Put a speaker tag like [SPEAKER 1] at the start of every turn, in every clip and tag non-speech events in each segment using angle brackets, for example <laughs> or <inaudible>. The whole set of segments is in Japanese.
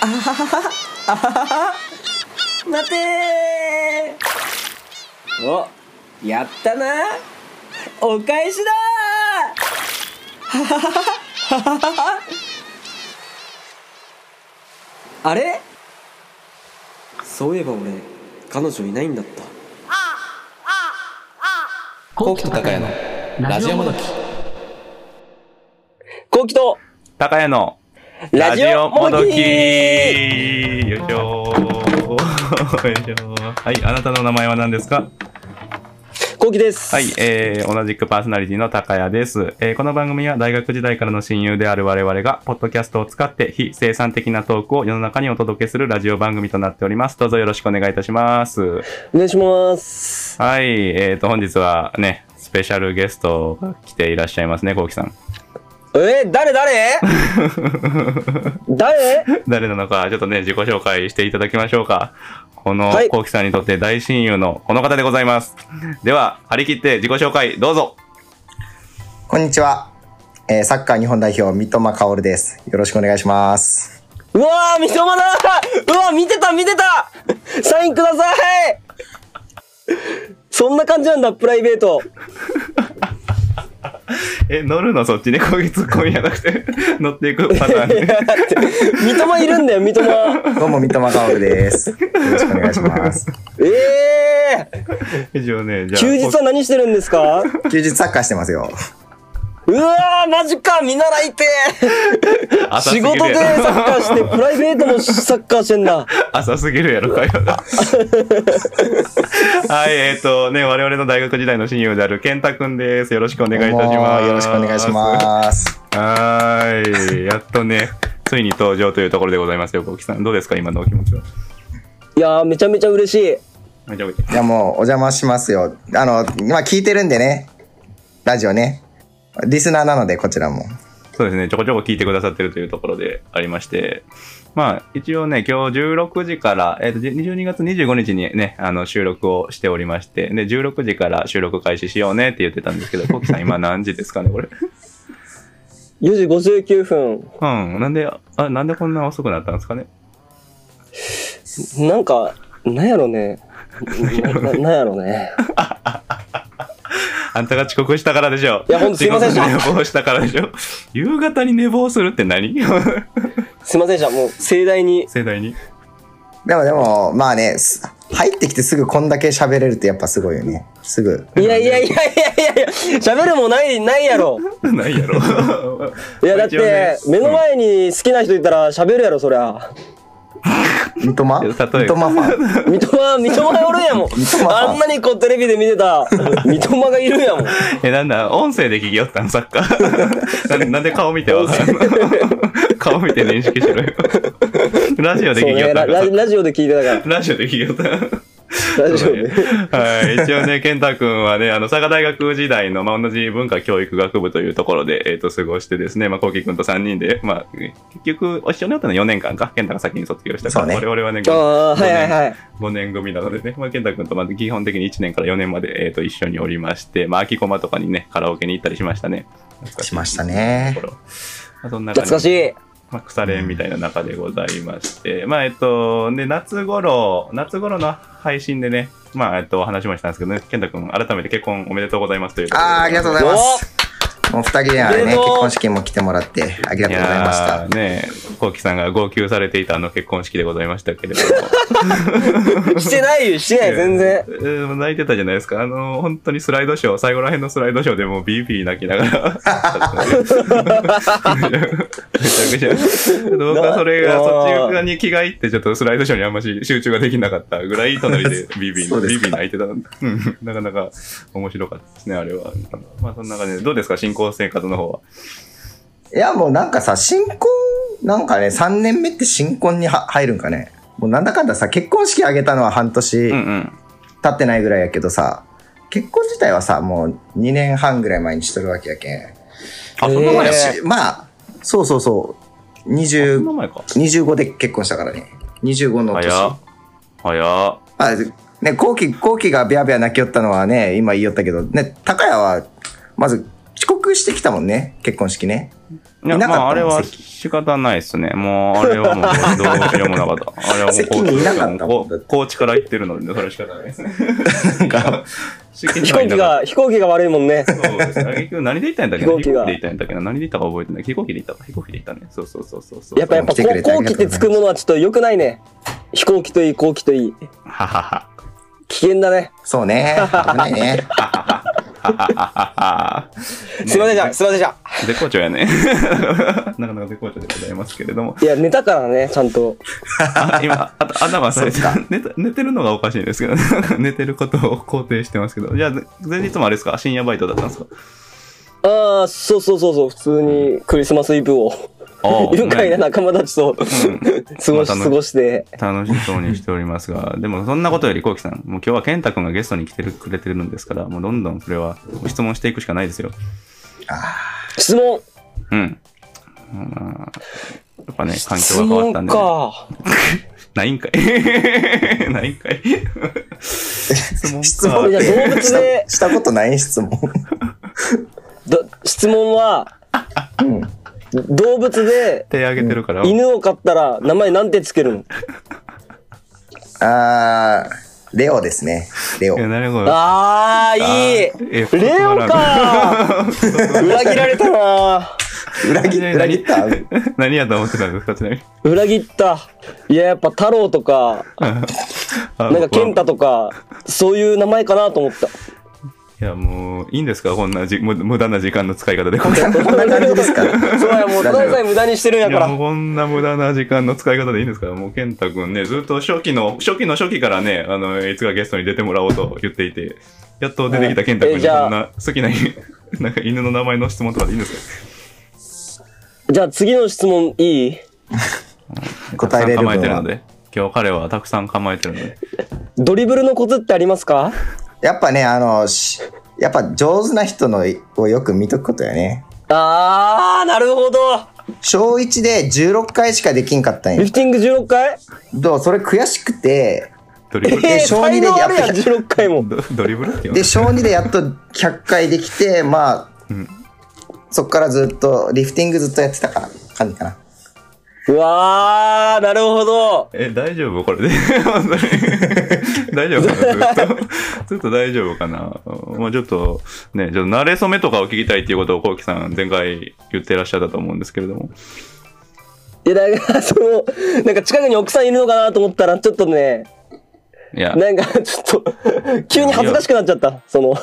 [SPEAKER 1] はははあははは待てーおやったなお返しだーははははははは <laughs> あれそういえば俺彼女いないんだった
[SPEAKER 2] 高木と高谷のラジオもどき。
[SPEAKER 1] こうきと
[SPEAKER 3] 高谷の
[SPEAKER 1] ラジオもどき
[SPEAKER 3] よいしょーよいしょーはい、あなたの名前は何ですか
[SPEAKER 1] こうきです
[SPEAKER 3] はい、えー、同じくパーソナリティの高谷です、えー。この番組は大学時代からの親友である我々が、ポッドキャストを使って非生産的なトークを世の中にお届けするラジオ番組となっております。どうぞよろしくお願いいたします。
[SPEAKER 1] お願いします
[SPEAKER 3] はい、えーと、本日はね、スペシャルゲストが来ていらっしゃいますね、こうきさん。
[SPEAKER 1] えー、誰誰誰
[SPEAKER 3] 誰なのか、ちょっとね、自己紹介していただきましょうか。この
[SPEAKER 1] はい、
[SPEAKER 3] こうきさんにとって大親友のこの方でございます。では、張り切って自己紹介、どうぞ。
[SPEAKER 4] こんにちは、えーサッカー日本代表三笘薫です。よろしくお願いします。
[SPEAKER 1] うわー三笘だうわー見てた見てたサインくださいそんな感じなんだプライベート
[SPEAKER 3] え、乗るのそっちね、こうきツッコミじゃなくて、 <laughs> 乗っていくパターン
[SPEAKER 1] いや
[SPEAKER 3] ね。
[SPEAKER 1] だって三笘いるんだよ三笘
[SPEAKER 4] どうも三笘薫です。よろしくお願いします。
[SPEAKER 1] ええ
[SPEAKER 3] 以上ね、じ
[SPEAKER 1] ー、
[SPEAKER 3] ゃあ、
[SPEAKER 1] 休日は何してるんですか
[SPEAKER 4] 休日サッカーしてますよ。
[SPEAKER 1] うわーマジか見習いて
[SPEAKER 3] こう浅す
[SPEAKER 1] 仕
[SPEAKER 3] ぎる
[SPEAKER 1] 事で
[SPEAKER 3] やろ
[SPEAKER 1] サッカーしてプライベートもサッカーしてんだ
[SPEAKER 3] 浅すぎるやろ
[SPEAKER 1] <laughs>
[SPEAKER 3] 会話がはいえっ、とね我々の大学時代の親友である健太くんですよろしくお願いいたし
[SPEAKER 4] どう
[SPEAKER 3] ま
[SPEAKER 4] も
[SPEAKER 3] す
[SPEAKER 4] よろしくお願いします。
[SPEAKER 3] はーいやっとねついに登場というところでございますよこうきさんどうですか今のお気持ちはい
[SPEAKER 1] やーめちゃめちゃ嬉しい
[SPEAKER 3] 大丈夫
[SPEAKER 4] いやもうお邪魔しますよ。あの、今聞いてるんでね、ラジオね。リスナーなのでこちらも。
[SPEAKER 3] そうですねちょこちょこ聞いてくださってるというところでありましてまあ一応ね今日16時から、えー、と12月25日にねあの収録をしておりましてで16時から収録開始しようねって言ってたんですけどこうきさん今何時ですかねこれ
[SPEAKER 1] 4時59分
[SPEAKER 3] うん、なんで、あ、なんでこんな遅くなったんですかね。
[SPEAKER 1] なんかなんやろねなななんやろね
[SPEAKER 3] あんたが遅刻したからでしょ。
[SPEAKER 1] いやほんとすいませんで
[SPEAKER 3] 遅
[SPEAKER 1] した
[SPEAKER 3] 刻寝坊したからでしょ。夕方に寝坊するって何 <laughs>
[SPEAKER 1] すいませんでしたもう盛大に
[SPEAKER 3] 盛大に。
[SPEAKER 4] でもでも、まあね、す入ってきてすぐこんだけ喋れるってやっぱすごいよね。すぐ。
[SPEAKER 1] いやいやいやいやいやいや喋るもないないやろ
[SPEAKER 3] <laughs> ないやろ。
[SPEAKER 1] いやだって、
[SPEAKER 3] 一応ね
[SPEAKER 1] 目の前に好きな人いたら喋るやろそりゃ
[SPEAKER 4] 三笘
[SPEAKER 3] 例え
[SPEAKER 4] 三笘ファン。
[SPEAKER 1] 三笘三笘おるんやもん
[SPEAKER 4] 笘
[SPEAKER 1] あんなにこうテレビで見てた三笘がいるんやもん
[SPEAKER 3] え、なんだ、音声で聞きよったの、サッ
[SPEAKER 1] <laughs>
[SPEAKER 3] カー。なんなんで顔見てわからんの顔見て認識しろよ。ラジオで
[SPEAKER 1] そう
[SPEAKER 3] 聞きよ
[SPEAKER 1] ね
[SPEAKER 3] った
[SPEAKER 1] ラ
[SPEAKER 3] んか
[SPEAKER 1] ララジオで聞いてたか
[SPEAKER 3] ラジオで聞きよった。
[SPEAKER 1] らラジオで、
[SPEAKER 3] はい、一応ね、健太君はね、あの、佐賀大学時代の、まあ、同じ文化教育学部というところで、えっ、と、過ごしてですね、まあ、こうき君と3人で、まあ、結局、一緒になったのは4年間か、健太が先に卒業したから、
[SPEAKER 4] そう
[SPEAKER 3] 我
[SPEAKER 4] ね
[SPEAKER 3] 々はね、
[SPEAKER 1] ああ
[SPEAKER 3] 5
[SPEAKER 1] はいはい
[SPEAKER 3] 年
[SPEAKER 1] はい
[SPEAKER 3] 5年組なのでね、まあ、健太君とまあ基本的に1年から4年まで、えっ、と、一緒におりまして、まあ、秋駒とかにね、カラオケに行ったりしましたね。
[SPEAKER 4] しましたね
[SPEAKER 3] ところ。まあ、そんな感じ
[SPEAKER 1] 懐かしい
[SPEAKER 3] まあ、腐れ縁みたいな中でございまして、まあえっとで夏頃夏頃の配信でねまあえっとお話もしたんですけどね健太君改めて結婚おめでとうございますというところ
[SPEAKER 4] あーありがとうございます。もう二人であ
[SPEAKER 1] お
[SPEAKER 4] れね、
[SPEAKER 1] めで
[SPEAKER 4] 結
[SPEAKER 1] とう
[SPEAKER 4] 婚式も来てもらって、ありがとうございました。
[SPEAKER 3] やーねこうきさんが号泣されていたあの結婚式でございましたけれども
[SPEAKER 1] してないよしてない全然
[SPEAKER 3] えー泣いてたじゃないですかあの本当にスライドショー最後らへんのスライドショーでもうビービー泣きな
[SPEAKER 1] <laughs>
[SPEAKER 3] がらめちゃくちゃ僕はそれがそっち側に気がいってちょっとスライドショーにあんまし集中ができなかったぐらい隣でビービ
[SPEAKER 4] そう
[SPEAKER 3] ー
[SPEAKER 4] です
[SPEAKER 3] ビ
[SPEAKER 4] か
[SPEAKER 3] ービー泣
[SPEAKER 1] <laughs>
[SPEAKER 3] いてたのうんなかなか面白かったですねあれはまあそんな感じでどうですか新婚生活の方はい
[SPEAKER 4] や、もうなんかさ、新婚、なんかね、3年目って新婚には入るんかね。もうなんだかんださ、結婚式挙げたのは半年
[SPEAKER 3] うん
[SPEAKER 4] 経
[SPEAKER 3] うん
[SPEAKER 4] ってないぐらいやけどさ、結婚自体はさ、もう2年半ぐらい前にしとるわけやけん。
[SPEAKER 3] あそんな前
[SPEAKER 1] え
[SPEAKER 3] や
[SPEAKER 1] ー
[SPEAKER 4] しまあ、そうそうそう。
[SPEAKER 3] そんな
[SPEAKER 4] 20
[SPEAKER 3] 前か
[SPEAKER 4] 25で結婚したからね。25の年。
[SPEAKER 3] 早っ早っ
[SPEAKER 4] まあ、ね、後期、後期がビャービャー泣きよったのはね、今言いよったけど、ね、高谷は、まず遅刻くしてきたもんね、結婚式ね。
[SPEAKER 3] いや、
[SPEAKER 4] いなかった
[SPEAKER 3] ま
[SPEAKER 4] もん
[SPEAKER 3] あ、あれは
[SPEAKER 4] 席
[SPEAKER 3] 仕方ないですね。もう、あれはもう、どうしようもなかった。あれはもう
[SPEAKER 4] 席にいなかったもんだって
[SPEAKER 3] 高知から行ってるので、それは仕方ないですね。
[SPEAKER 4] なんか、
[SPEAKER 3] 席に
[SPEAKER 1] 飛
[SPEAKER 3] はい
[SPEAKER 1] 行機
[SPEAKER 3] なかっ
[SPEAKER 1] が、飛行機が悪いもんね。
[SPEAKER 3] たそうですね。結局何で行ったんだっけな
[SPEAKER 1] 飛
[SPEAKER 3] 飛
[SPEAKER 1] 行機
[SPEAKER 3] 行機
[SPEAKER 1] が
[SPEAKER 3] で行ったんだっけな何で行ったか覚えてない。飛行機で行ったか飛行機で行ったね。そうそうそうそうそう。
[SPEAKER 1] やっぱやっぱ
[SPEAKER 4] 来てくれてあ
[SPEAKER 1] こう
[SPEAKER 4] り
[SPEAKER 1] 後期
[SPEAKER 4] が
[SPEAKER 1] って
[SPEAKER 4] とうございます
[SPEAKER 1] つくものはちょっと良くないね。飛行機といい、後期といい。
[SPEAKER 3] ははは。
[SPEAKER 1] 危険だね。
[SPEAKER 4] そうね、危ないね。
[SPEAKER 3] あ
[SPEAKER 1] すいませんじゃん、すいませんじゃ
[SPEAKER 3] 絶好調やね。なかなか絶好調でございますけれども。
[SPEAKER 1] ん。いや、寝たからね、ちゃんと。
[SPEAKER 3] あ今、あ頭されて寝た寝てるのがおかしいです <laughs> けど、寝てることを肯定してますけど。じゃあ、前日もあれですか深夜バイトだったんですか
[SPEAKER 1] ああ、そうそうそうそう、普通にクリスマスイブを、
[SPEAKER 3] <laughs> ああ
[SPEAKER 1] <laughs> 愉快な仲間たちと、過ごし、
[SPEAKER 3] またの
[SPEAKER 1] 過ごして、
[SPEAKER 3] 楽しそうにしておりますが、でもそんなことより、こうきさん、もう今日は健太くんがゲストに来てるくれてるんですから、もうどんどんこれは質問していくしかないですよ。
[SPEAKER 1] 質問
[SPEAKER 3] うん。まあやっぱね、環境
[SPEAKER 1] 質
[SPEAKER 3] が変わっ
[SPEAKER 1] 問
[SPEAKER 3] たんで、
[SPEAKER 1] か。
[SPEAKER 3] ないんかい。 <laughs> ないんかい。質問か
[SPEAKER 4] 質問って
[SPEAKER 1] じゃあ動物で
[SPEAKER 4] したしたことない質問。
[SPEAKER 1] ど質問は、
[SPEAKER 4] うん
[SPEAKER 1] 動物で
[SPEAKER 3] 手挙げてるから、
[SPEAKER 1] 犬を飼ったら名前なんてつけるの
[SPEAKER 4] あー、レオですね。レオ
[SPEAKER 3] い。や、なるほど。
[SPEAKER 1] ああ、いい
[SPEAKER 3] え
[SPEAKER 1] レオ
[SPEAKER 3] <laughs>
[SPEAKER 1] か裏切られたな
[SPEAKER 4] 裏切裏切った
[SPEAKER 3] <laughs> 何やと思ってたんですか、ち
[SPEAKER 1] <laughs>
[SPEAKER 3] なみに。
[SPEAKER 1] 裏切った。いや、やっぱ太郎とか、
[SPEAKER 3] あ
[SPEAKER 1] なんか
[SPEAKER 3] 僕は
[SPEAKER 1] 健太とか、そういう名前かなと思った。
[SPEAKER 3] いや、もう、いいんですかこんなじ無無駄な時間の使い方で。こんな
[SPEAKER 4] こんな感じですか
[SPEAKER 1] そうや、もうただでさえ無駄にしてるんや
[SPEAKER 3] い
[SPEAKER 1] か
[SPEAKER 3] やも
[SPEAKER 1] ら。
[SPEAKER 3] うこんな無駄な時間の使い方でいいんですから、もう健太くんね、ずっと初期の、初期の初期からね、あの、いつかゲストに出てもらおうと言っていて、やっと出てきた健太くん
[SPEAKER 1] え
[SPEAKER 3] に
[SPEAKER 1] じゃあ
[SPEAKER 3] こんな好きな <laughs> 犬、なんか犬の名前の質問とかでいいんです
[SPEAKER 1] じゃあ次の質問いい
[SPEAKER 3] か
[SPEAKER 4] 答えれる
[SPEAKER 3] た
[SPEAKER 4] の
[SPEAKER 3] く
[SPEAKER 4] は
[SPEAKER 3] さん構えてるので。今日彼はたくさん構えてるので。
[SPEAKER 1] ドリブルのコツってありますか
[SPEAKER 4] やっぱね、あの、しやっぱ上手な人のをよく見とくことやね。
[SPEAKER 1] あー、なるほど。
[SPEAKER 4] 小1で16回しかできんかったん
[SPEAKER 1] リ
[SPEAKER 4] や
[SPEAKER 1] フ。ティング16回
[SPEAKER 4] どうそれ悔しくて、
[SPEAKER 3] ドリブ
[SPEAKER 1] <laughs>
[SPEAKER 3] ル、
[SPEAKER 1] えー、
[SPEAKER 4] 小
[SPEAKER 1] 才
[SPEAKER 4] 児で
[SPEAKER 1] 能あ
[SPEAKER 4] やっ
[SPEAKER 1] る
[SPEAKER 4] ぱ
[SPEAKER 1] やん、16回も。
[SPEAKER 3] ドドリブルって言うの
[SPEAKER 4] で、小2でやっと100回できて、まあ、
[SPEAKER 3] うん
[SPEAKER 4] そっからずっと、リフティングずっとやってたから、感じかな。
[SPEAKER 1] <laughs> うわー、なるほど。
[SPEAKER 3] え、大丈夫これで。 <laughs> 本当に大丈夫かなずっ
[SPEAKER 4] <laughs>
[SPEAKER 3] と。ずっと大丈夫かなまあちょっと、ね、ちょっと慣れ初めとかを聞きたいっていうことを、こうきさん前回言ってらっしゃったと思うんですけれども。
[SPEAKER 1] いや、だから、その、なんか近くに奥さんいるのかなと思ったら、ちょっとね、
[SPEAKER 3] いや、
[SPEAKER 1] なんか、ちょっと、 <laughs> 急に恥ずかしくなっちゃった。その、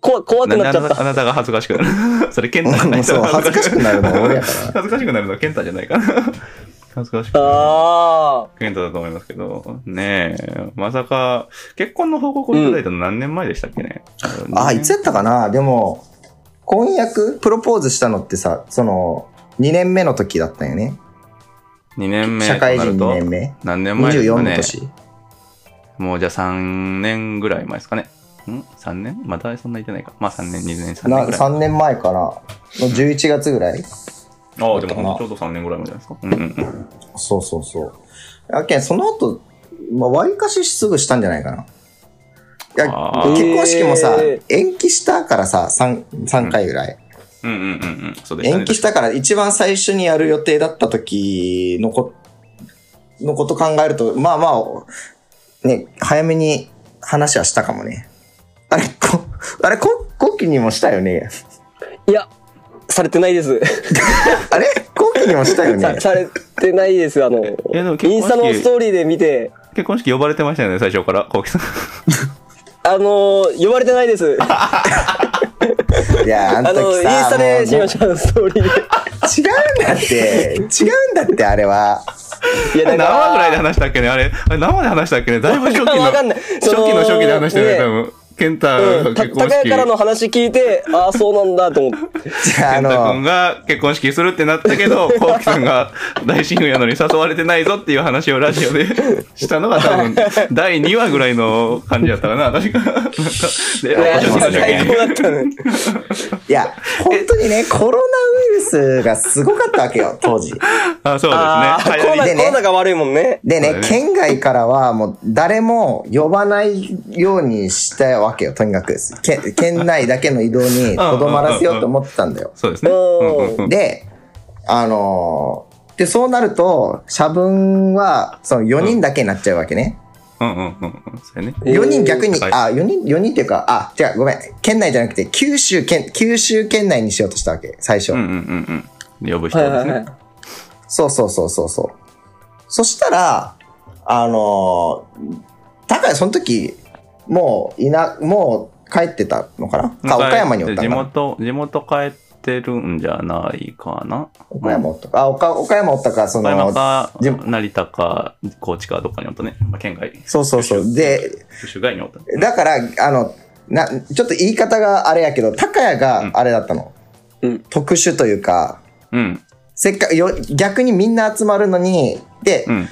[SPEAKER 1] 怖怖くなっちゃ
[SPEAKER 3] な
[SPEAKER 1] っ
[SPEAKER 3] なあ
[SPEAKER 1] た。
[SPEAKER 3] なたが恥ずかしくなる。そ <laughs> れ、健太じゃな
[SPEAKER 4] もう
[SPEAKER 3] い
[SPEAKER 4] そう、恥ずかしくな
[SPEAKER 3] <laughs>
[SPEAKER 4] るのは俺やから。
[SPEAKER 3] 恥ずかしくなるのは健太じゃないかな。恥ずかしくなる。
[SPEAKER 1] あ
[SPEAKER 3] 健太だと思いますけど。ねえ、まさか、結婚の報告をいただいたの何年前でしたっけね。
[SPEAKER 4] あ、いつやったかなでも、婚約、プロポーズしたのってさ、その、2年目の時だったんよね。
[SPEAKER 3] ?2 年目と
[SPEAKER 4] 社
[SPEAKER 3] な
[SPEAKER 4] 会人
[SPEAKER 3] る
[SPEAKER 4] 2
[SPEAKER 3] と。
[SPEAKER 4] 年目。
[SPEAKER 3] 何年前です
[SPEAKER 4] 24
[SPEAKER 3] か
[SPEAKER 4] の
[SPEAKER 3] ね。
[SPEAKER 4] 年。
[SPEAKER 3] もうじゃあ3年ぐらい前ですかね。ん ?3 年またそんないてないか。まあ3年、2年、3
[SPEAKER 4] な
[SPEAKER 3] 年ぐらい。あ
[SPEAKER 4] 3年前かな。の11月ぐら
[SPEAKER 3] あ、
[SPEAKER 4] い
[SPEAKER 3] で
[SPEAKER 4] だったか
[SPEAKER 3] も
[SPEAKER 4] な
[SPEAKER 3] ちょうど3年ぐらい前じゃないですか。うんうんうん。
[SPEAKER 4] そうそうそう。やけん、その後、まあ、割かしすぐしたんじゃないかな。い
[SPEAKER 3] あ
[SPEAKER 4] や
[SPEAKER 3] ー
[SPEAKER 4] 結婚式もさ、
[SPEAKER 1] え
[SPEAKER 4] 延期したからさ、3, 三回ぐらい、
[SPEAKER 3] うんうんうんうん。そうでしたね。
[SPEAKER 4] 延期したから、一番最初にやる予定だった時のこのこと考えると、まあまあ、ね、早めに話はしたかもね。あれ、こ、あれ、こ、後期にもしたよね。
[SPEAKER 1] ー。いや、されてないです。
[SPEAKER 4] あれ後期にもしたよね
[SPEAKER 1] <laughs> さ。されてないです。あの、イ
[SPEAKER 3] やでも結婚式
[SPEAKER 1] ンスタのストーリーで見て、
[SPEAKER 3] 結婚式呼ばれてましたよね、最初から。こうきさん。
[SPEAKER 1] あのー、呼ばれてないです。あ
[SPEAKER 4] いや、あの
[SPEAKER 1] の、イン
[SPEAKER 4] 時
[SPEAKER 1] ス
[SPEAKER 4] さ、
[SPEAKER 1] タ
[SPEAKER 4] も
[SPEAKER 1] で
[SPEAKER 4] う
[SPEAKER 1] しましのストーリーで。
[SPEAKER 4] 違うんだって、違うんだって、あれは。
[SPEAKER 1] いや、だ
[SPEAKER 3] 生ぐ
[SPEAKER 1] から
[SPEAKER 3] らいで話したっけねあれ、あれ生で話したっけねだいぶ初期の。
[SPEAKER 1] <laughs> わかんない
[SPEAKER 3] 初
[SPEAKER 1] その
[SPEAKER 3] 期の初期で話したよね、
[SPEAKER 1] ね
[SPEAKER 3] 多分。健太
[SPEAKER 1] う
[SPEAKER 3] が
[SPEAKER 1] ん、た
[SPEAKER 3] 結婚
[SPEAKER 1] 高屋
[SPEAKER 3] 式。
[SPEAKER 1] からの話聞いて、ああ、そうなんだと思って。
[SPEAKER 4] じゃあ、あ
[SPEAKER 3] 健
[SPEAKER 1] <laughs>
[SPEAKER 3] 太君
[SPEAKER 4] の、
[SPEAKER 3] が結婚式するってなったけ
[SPEAKER 4] <laughs>
[SPEAKER 3] ど、こうきさんが大親友やのに誘われてないぞっていう話をラジオ
[SPEAKER 4] <laughs>
[SPEAKER 3] でしたのが多分、第2話ぐらいの感じやったか
[SPEAKER 4] <laughs>
[SPEAKER 3] な、確か。 <laughs> なんか、で
[SPEAKER 1] いや
[SPEAKER 3] 初期
[SPEAKER 4] そう
[SPEAKER 3] の初期
[SPEAKER 1] 最
[SPEAKER 3] に
[SPEAKER 1] 高だったね。
[SPEAKER 4] いや、本当にね、コロナウイルースがすごかったわけよ、当時。
[SPEAKER 3] あそう
[SPEAKER 1] あ
[SPEAKER 3] ですね。
[SPEAKER 1] ーコロナ、
[SPEAKER 4] でね
[SPEAKER 1] コロナが悪いもんね。
[SPEAKER 4] で
[SPEAKER 3] そう
[SPEAKER 4] ね、
[SPEAKER 3] だね
[SPEAKER 4] 県外からはもう誰も呼ばないようにしたわけよ、とにかく。け <laughs> 県内だけの移動にとどまらせようと思ってたんだよ。
[SPEAKER 3] そうですね。うん
[SPEAKER 1] おー
[SPEAKER 3] うんうん
[SPEAKER 4] で、あのーで、そうなると、社分は、その4人だけになっちゃうわけね。
[SPEAKER 3] うんうんうんうん。そうやね。
[SPEAKER 1] えー
[SPEAKER 4] 4人逆に、
[SPEAKER 3] はい
[SPEAKER 4] あ、4人、四人っていうか、あ、違う、ごめん。県内じゃなくて、九州県、九州県内にしようとしたわけ、最初。
[SPEAKER 3] うんうんうんうん。呼ぶ人
[SPEAKER 1] はい
[SPEAKER 3] で
[SPEAKER 1] は
[SPEAKER 3] す
[SPEAKER 1] いはい
[SPEAKER 3] ね。。
[SPEAKER 4] そうそうそうそうそう。そしたら、あのー、高谷その時、もう、いな、もう帰ってたのかなか、岡山におった
[SPEAKER 3] 地
[SPEAKER 4] のかな
[SPEAKER 3] 元、地元帰ってるんじゃないかな。
[SPEAKER 4] 岡山おったか。あ、岡岡山おったか、そ
[SPEAKER 3] 岡山
[SPEAKER 4] の、
[SPEAKER 3] か
[SPEAKER 4] 地、
[SPEAKER 3] 成田か、高知か、どっかにおったね。まあ、県外。
[SPEAKER 4] そうそうそう。で、
[SPEAKER 3] 九州外におった。
[SPEAKER 4] だから、あの、な、ちょっと言い方があれやけど、高谷があれだったの。
[SPEAKER 1] うん
[SPEAKER 4] 特殊というか、
[SPEAKER 3] うん。
[SPEAKER 4] せっかくよ、逆にみんな集まるのに、で、
[SPEAKER 3] うん。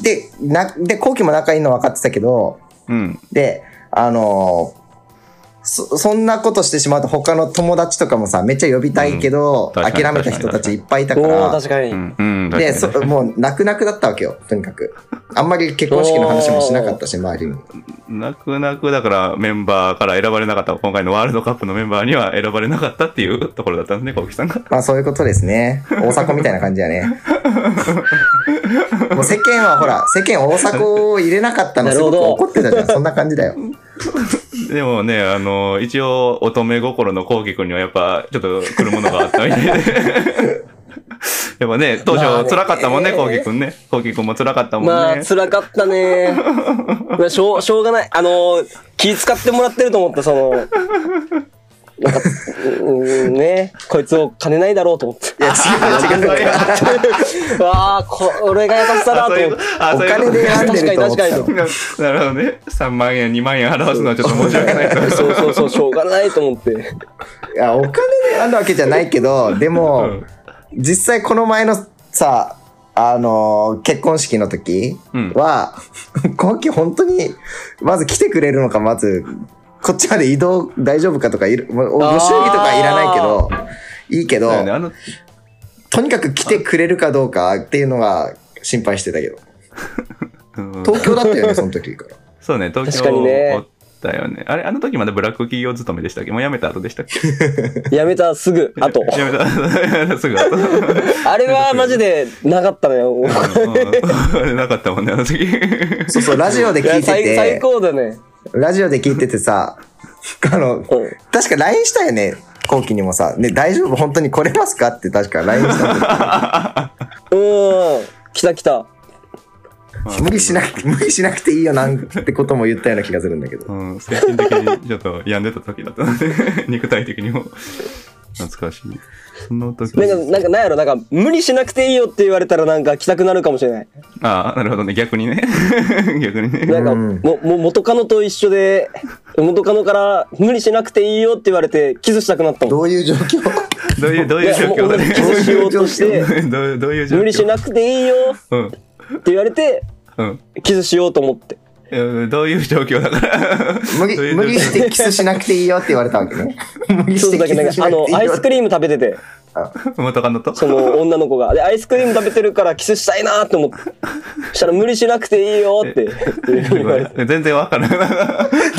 [SPEAKER 4] で、な、で、後期も仲いいの分かってたけど、
[SPEAKER 3] うん。
[SPEAKER 4] で、あのーそ、そんなことしてしまうと他の友達とかもさ、めっちゃ呼びたいけど、
[SPEAKER 3] うん確かに
[SPEAKER 4] 諦めた人たちいっぱいいたか
[SPEAKER 1] おー、
[SPEAKER 4] ら、
[SPEAKER 1] 確かに。
[SPEAKER 3] うん。うん。
[SPEAKER 4] で、
[SPEAKER 3] 確か
[SPEAKER 4] そ
[SPEAKER 3] に
[SPEAKER 4] もう泣く泣くだったわけよ、とにかく。あんまり結婚式の話もしなかったし、周りに。
[SPEAKER 3] 泣く泣くだからメンバーから選ばれなかった今回のワールドカップのメンバーには選ばれなかったっていうところだったんですね、小木さんが。
[SPEAKER 4] まあそういうことですね。大阪みたいな感じ
[SPEAKER 3] <laughs>
[SPEAKER 4] やね。もう世間はほら、世間大阪を入れなかったの
[SPEAKER 1] な
[SPEAKER 4] す
[SPEAKER 1] る
[SPEAKER 4] ご
[SPEAKER 1] ほ
[SPEAKER 4] く
[SPEAKER 1] ど
[SPEAKER 4] 怒ってたじゃん。そんな感じだよ。
[SPEAKER 3] でもね、あの、一応、乙女心の幸輝くんにはやっぱ、ちょっと来るものがあったみたいで。 <laughs> やっぱね、当
[SPEAKER 1] まあ
[SPEAKER 3] 初
[SPEAKER 1] ね
[SPEAKER 3] 辛かったもんね、幸輝くんね。幸輝くんも辛かったもんね。
[SPEAKER 1] まあ、辛かったね。まあ、しょう、しょうがない。あのー、気使ってもらってると思った、その、なんか、うーん、ね、こいつを金ないだろうと思って。
[SPEAKER 4] いや、違う違う違う。
[SPEAKER 1] <laughs> ああ、これが優しさだ
[SPEAKER 3] あ
[SPEAKER 1] と
[SPEAKER 3] そうい
[SPEAKER 1] 思
[SPEAKER 3] う
[SPEAKER 1] っ
[SPEAKER 3] こ
[SPEAKER 1] て。
[SPEAKER 3] とあ
[SPEAKER 4] お
[SPEAKER 3] そういうこと
[SPEAKER 4] 金で選んでると思ってたの
[SPEAKER 1] 確かに確かに
[SPEAKER 3] <laughs> なるほどね。3万円、2万円払わすのはちょっと申し訳ないと。
[SPEAKER 1] <laughs> そうそうそう、しょうがないと思って。
[SPEAKER 4] いや、お金で選んだわけじゃないけど、でも、
[SPEAKER 3] うん
[SPEAKER 4] 実際この前のさ、あのー結婚式の時
[SPEAKER 3] うん
[SPEAKER 4] は、 <laughs> 今期本当に、まず来てくれるのか、まず、こっちまで移動大丈夫かとかいる、もうご
[SPEAKER 1] あー
[SPEAKER 4] 祝儀とかいらないけど、いいけど、
[SPEAKER 3] だよねあの
[SPEAKER 4] とにかく来てくれるかどうかっていうのが心配してたけど。
[SPEAKER 3] うん
[SPEAKER 4] 東京だったよ
[SPEAKER 3] <laughs>
[SPEAKER 4] ね、その時から。
[SPEAKER 3] そうね、東
[SPEAKER 1] 確か
[SPEAKER 3] 京
[SPEAKER 1] にね
[SPEAKER 3] おったよね。あれ、あの時まだブラック企業勤めでしたっけもう辞めた後でしたっけ
[SPEAKER 1] やめたすぐ、あと。
[SPEAKER 3] 辞めた、すぐ後。 <laughs>
[SPEAKER 1] あれはマジでなかったのよ。もう
[SPEAKER 3] うんうんなかったもんね、あの時。
[SPEAKER 4] そうそう、ラジオで
[SPEAKER 1] い
[SPEAKER 4] 聞
[SPEAKER 1] や
[SPEAKER 4] いて
[SPEAKER 1] 最最
[SPEAKER 4] て、
[SPEAKER 1] 高だね。
[SPEAKER 4] ラジオで聞いててさ、あの、
[SPEAKER 1] うん
[SPEAKER 4] 確か LINE したよね、後期にもさ、ね、大丈夫本当に来れますかって確か LINE したんだ
[SPEAKER 1] うん。来た来た。
[SPEAKER 4] けど無理しなく、無理しなくていいよなんてことも言ったような気がするんだけど。
[SPEAKER 3] うん、精神的にちょっと病んでた時だったので、 <laughs> 肉体的にも。懐かしい。その時
[SPEAKER 1] なんか、なんか、なんやろ、なんか、無理しなくていいよって言われたら、なんか、来たくなるかもしれない。
[SPEAKER 3] ああ、なるほどね、逆にね。 <laughs> 逆にね。
[SPEAKER 1] なんか、
[SPEAKER 4] うん
[SPEAKER 1] も、も、元カノと一緒で、元カノから、無理しなくていいよって言われて、キスしたくなったもん。
[SPEAKER 4] どういう状況
[SPEAKER 3] どういう、どう
[SPEAKER 1] い
[SPEAKER 3] いう
[SPEAKER 1] や、
[SPEAKER 3] 状
[SPEAKER 1] もう
[SPEAKER 3] 況だ
[SPEAKER 1] 俺
[SPEAKER 3] ね
[SPEAKER 1] キ。スしようとして、
[SPEAKER 3] どういう、どういう状況
[SPEAKER 1] 無理しなくていいよ
[SPEAKER 3] うん。
[SPEAKER 1] って言われて、
[SPEAKER 3] うん
[SPEAKER 1] キスしようと思って。
[SPEAKER 3] いや。どういう状況だから。 <laughs>
[SPEAKER 4] 無
[SPEAKER 3] どうい
[SPEAKER 4] 理、
[SPEAKER 3] う
[SPEAKER 4] 無理
[SPEAKER 3] 状況
[SPEAKER 4] してキスしなくていいよって言われたわけね。無理
[SPEAKER 1] そ
[SPEAKER 4] し
[SPEAKER 1] う
[SPEAKER 4] て
[SPEAKER 1] だけ
[SPEAKER 4] キ
[SPEAKER 1] どな
[SPEAKER 4] ス
[SPEAKER 1] ん
[SPEAKER 4] し
[SPEAKER 1] か、あ
[SPEAKER 4] なく
[SPEAKER 1] の
[SPEAKER 4] てい、い
[SPEAKER 1] アイ
[SPEAKER 4] よ
[SPEAKER 1] スクリーム食べてて、
[SPEAKER 3] 元カノと。
[SPEAKER 1] その女の子が。で、アイスクリーム食べてるから、キスしたいなと思って。そしたら、無理しなくていいよって言われて。
[SPEAKER 3] <laughs> 全然わからない。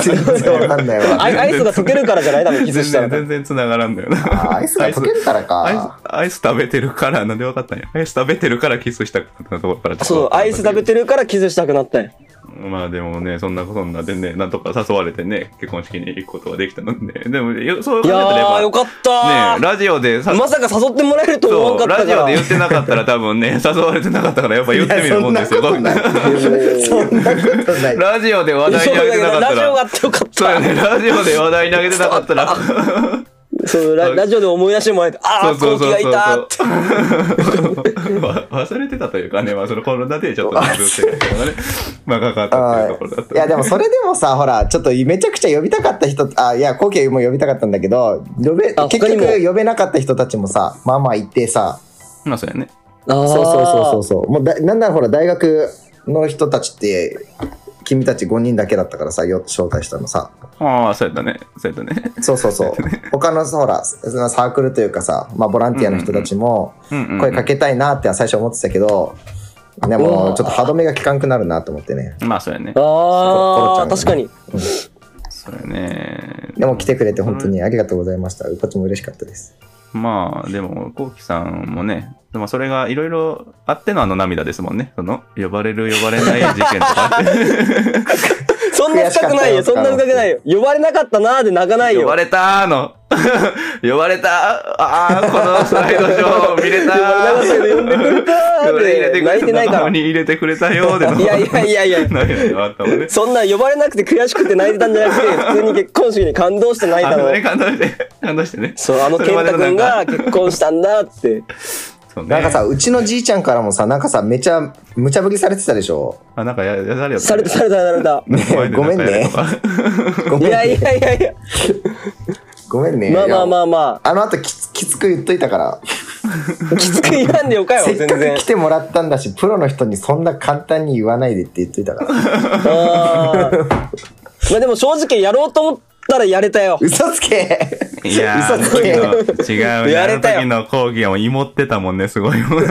[SPEAKER 4] 全然わかんないわ。
[SPEAKER 1] アイアイスが溶けるからじゃない多分キスしたら。
[SPEAKER 3] 全然全然繋がらんだよな
[SPEAKER 4] あアイスが溶けるから
[SPEAKER 3] アイス
[SPEAKER 4] か。
[SPEAKER 3] アイス食べてるからなんで分かったんやアイス食べてるからキスしたくなったところから
[SPEAKER 1] そう、アイス食べてるからキスしたくなったんや。
[SPEAKER 3] まあでもねそんなそんなでねなんとか誘われてね結婚式に行くことができたので <laughs> でもよそう
[SPEAKER 1] い
[SPEAKER 3] 考えた
[SPEAKER 1] や
[SPEAKER 3] らやっ
[SPEAKER 1] ー、
[SPEAKER 3] ぱ
[SPEAKER 1] よかったー、
[SPEAKER 3] ねラジオでさ
[SPEAKER 1] まさか誘ってもらえると思
[SPEAKER 3] そ
[SPEAKER 1] わな
[SPEAKER 3] う
[SPEAKER 1] かっ
[SPEAKER 3] ラ
[SPEAKER 1] た
[SPEAKER 3] ジ
[SPEAKER 1] から。
[SPEAKER 3] オで言ってなかったら多 <laughs> 分ね誘われてなかったからやっぱ言ってみるもんですよ
[SPEAKER 4] いやそんなことない。そんなことな
[SPEAKER 3] <laughs>
[SPEAKER 4] い。
[SPEAKER 3] ラジオで話題に
[SPEAKER 1] <laughs> そうだ
[SPEAKER 3] 上げ
[SPEAKER 1] け
[SPEAKER 3] て
[SPEAKER 1] ど
[SPEAKER 3] なかった
[SPEAKER 1] ラジオがあ
[SPEAKER 3] ら
[SPEAKER 1] ってよかっ
[SPEAKER 3] そうやね
[SPEAKER 1] た。
[SPEAKER 3] ラジオで話題に上げてなかったら
[SPEAKER 1] そう、ララジオで思い出してもらえて、ああ、コウキがいたーって。
[SPEAKER 3] <laughs> わ忘れてたというかね、まあ、そのコロナでちょっとねずっとやってたのがね、まあ、かかったっていうところだっ
[SPEAKER 4] いや
[SPEAKER 3] た。
[SPEAKER 4] でもそれでもさ、ほら、ちょっとめちゃくちゃ呼びたかった人、あ、いや、後期も呼びたかったんだけど、呼べ、
[SPEAKER 1] あ
[SPEAKER 4] 結
[SPEAKER 1] 他にも
[SPEAKER 4] 局呼べなかった人たちもさ、まあまあいてさ、
[SPEAKER 3] まあ、そうやね。
[SPEAKER 1] あー
[SPEAKER 4] そうそうそうそうそう。もうだなんならほら、大学の人たちって、君たち5人だけだったからさ、よ招待したのさ。
[SPEAKER 3] ああ、そうやったね。そうやったね。
[SPEAKER 4] そうそうそう。 <laughs> 他のさ、ほら、サークルというかさ、まあ、ボランティアの人たちも、
[SPEAKER 3] うんうん、
[SPEAKER 4] 声かけたいなっては最初思ってたけど、で
[SPEAKER 1] う
[SPEAKER 4] も
[SPEAKER 1] わ
[SPEAKER 4] ちょっと歯止めが効かんくなるなと思ってね。
[SPEAKER 3] まあ、そうやね。
[SPEAKER 4] コロち
[SPEAKER 1] あー
[SPEAKER 4] ゃんがね
[SPEAKER 1] 確かに
[SPEAKER 3] そうやね。
[SPEAKER 4] でも来てくれて本当にありがとうございました。こっちも嬉しかったです。
[SPEAKER 3] まあでも、こうきさんもね、でもそれがいろいろあってのあの涙ですもんね。その、呼ばれる、呼ばれない事件とかあって
[SPEAKER 1] そんな深くないよ
[SPEAKER 4] 悔しか
[SPEAKER 1] そ
[SPEAKER 4] った
[SPEAKER 1] んな
[SPEAKER 4] よ
[SPEAKER 1] 深くないよ呼ばれなかったなーで泣かないよ
[SPEAKER 3] 呼ばれたーの、 <laughs> 呼ばれたー、ああ、このスライドショー見れた
[SPEAKER 1] <laughs> 呼ばれなかったけど呼んでくれ
[SPEAKER 3] ー。
[SPEAKER 1] た
[SPEAKER 3] 呼ばれ入
[SPEAKER 1] ー
[SPEAKER 3] れ
[SPEAKER 1] ってて
[SPEAKER 3] くれ
[SPEAKER 1] 泣いてないか
[SPEAKER 3] 仲間
[SPEAKER 1] ら
[SPEAKER 3] に入れてくれたよーでの。
[SPEAKER 1] いやいやいやい
[SPEAKER 3] <laughs>
[SPEAKER 1] や
[SPEAKER 3] 涙があったもんね。
[SPEAKER 1] そんな呼ばれなくて悔しくて泣いてたんじゃなくて普通に結婚式に感動して泣い
[SPEAKER 3] あ
[SPEAKER 1] たの
[SPEAKER 3] のね、感動して、 <laughs> 感動してね。
[SPEAKER 1] そうあの
[SPEAKER 3] それ
[SPEAKER 1] 健
[SPEAKER 3] まで
[SPEAKER 1] 太
[SPEAKER 3] のな
[SPEAKER 1] 君
[SPEAKER 3] ん
[SPEAKER 1] が
[SPEAKER 3] か
[SPEAKER 1] 結婚したんだって
[SPEAKER 3] そうね
[SPEAKER 4] なんかさ、うちのじいちゃんからもさ、なんかさ、めちゃ、無茶ぶりされてたでしょ。
[SPEAKER 3] あ、なんかや、やだれよ。
[SPEAKER 1] されたされたされた
[SPEAKER 3] <laughs> 声で
[SPEAKER 4] ごめん
[SPEAKER 3] な
[SPEAKER 4] ね
[SPEAKER 3] かやるとか
[SPEAKER 4] ご
[SPEAKER 1] い
[SPEAKER 4] めん
[SPEAKER 1] や
[SPEAKER 4] ね。
[SPEAKER 1] いやいやいや
[SPEAKER 4] ごめんね。
[SPEAKER 1] まあまあまあま
[SPEAKER 4] あ。あの後きつきつく言っといたから、
[SPEAKER 1] あきつく言わんでよかよ
[SPEAKER 4] せ
[SPEAKER 1] 全
[SPEAKER 4] っかく
[SPEAKER 1] 然
[SPEAKER 4] 来てもらったんだし、プロの人にそんな簡単に言わないでって言っとい
[SPEAKER 1] <laughs>
[SPEAKER 4] たから。
[SPEAKER 1] あーまあでも正直やろうと思ったらやれたよ
[SPEAKER 4] 嘘つけ
[SPEAKER 3] <laughs> いやー、あの
[SPEAKER 4] 嘘つ
[SPEAKER 3] 時
[SPEAKER 4] けあれ絶
[SPEAKER 3] の、違うね。
[SPEAKER 1] や
[SPEAKER 3] あの
[SPEAKER 1] れたよ
[SPEAKER 3] 時の講義はもう芋ってたもんね、すごい
[SPEAKER 1] <laughs>
[SPEAKER 3] もん。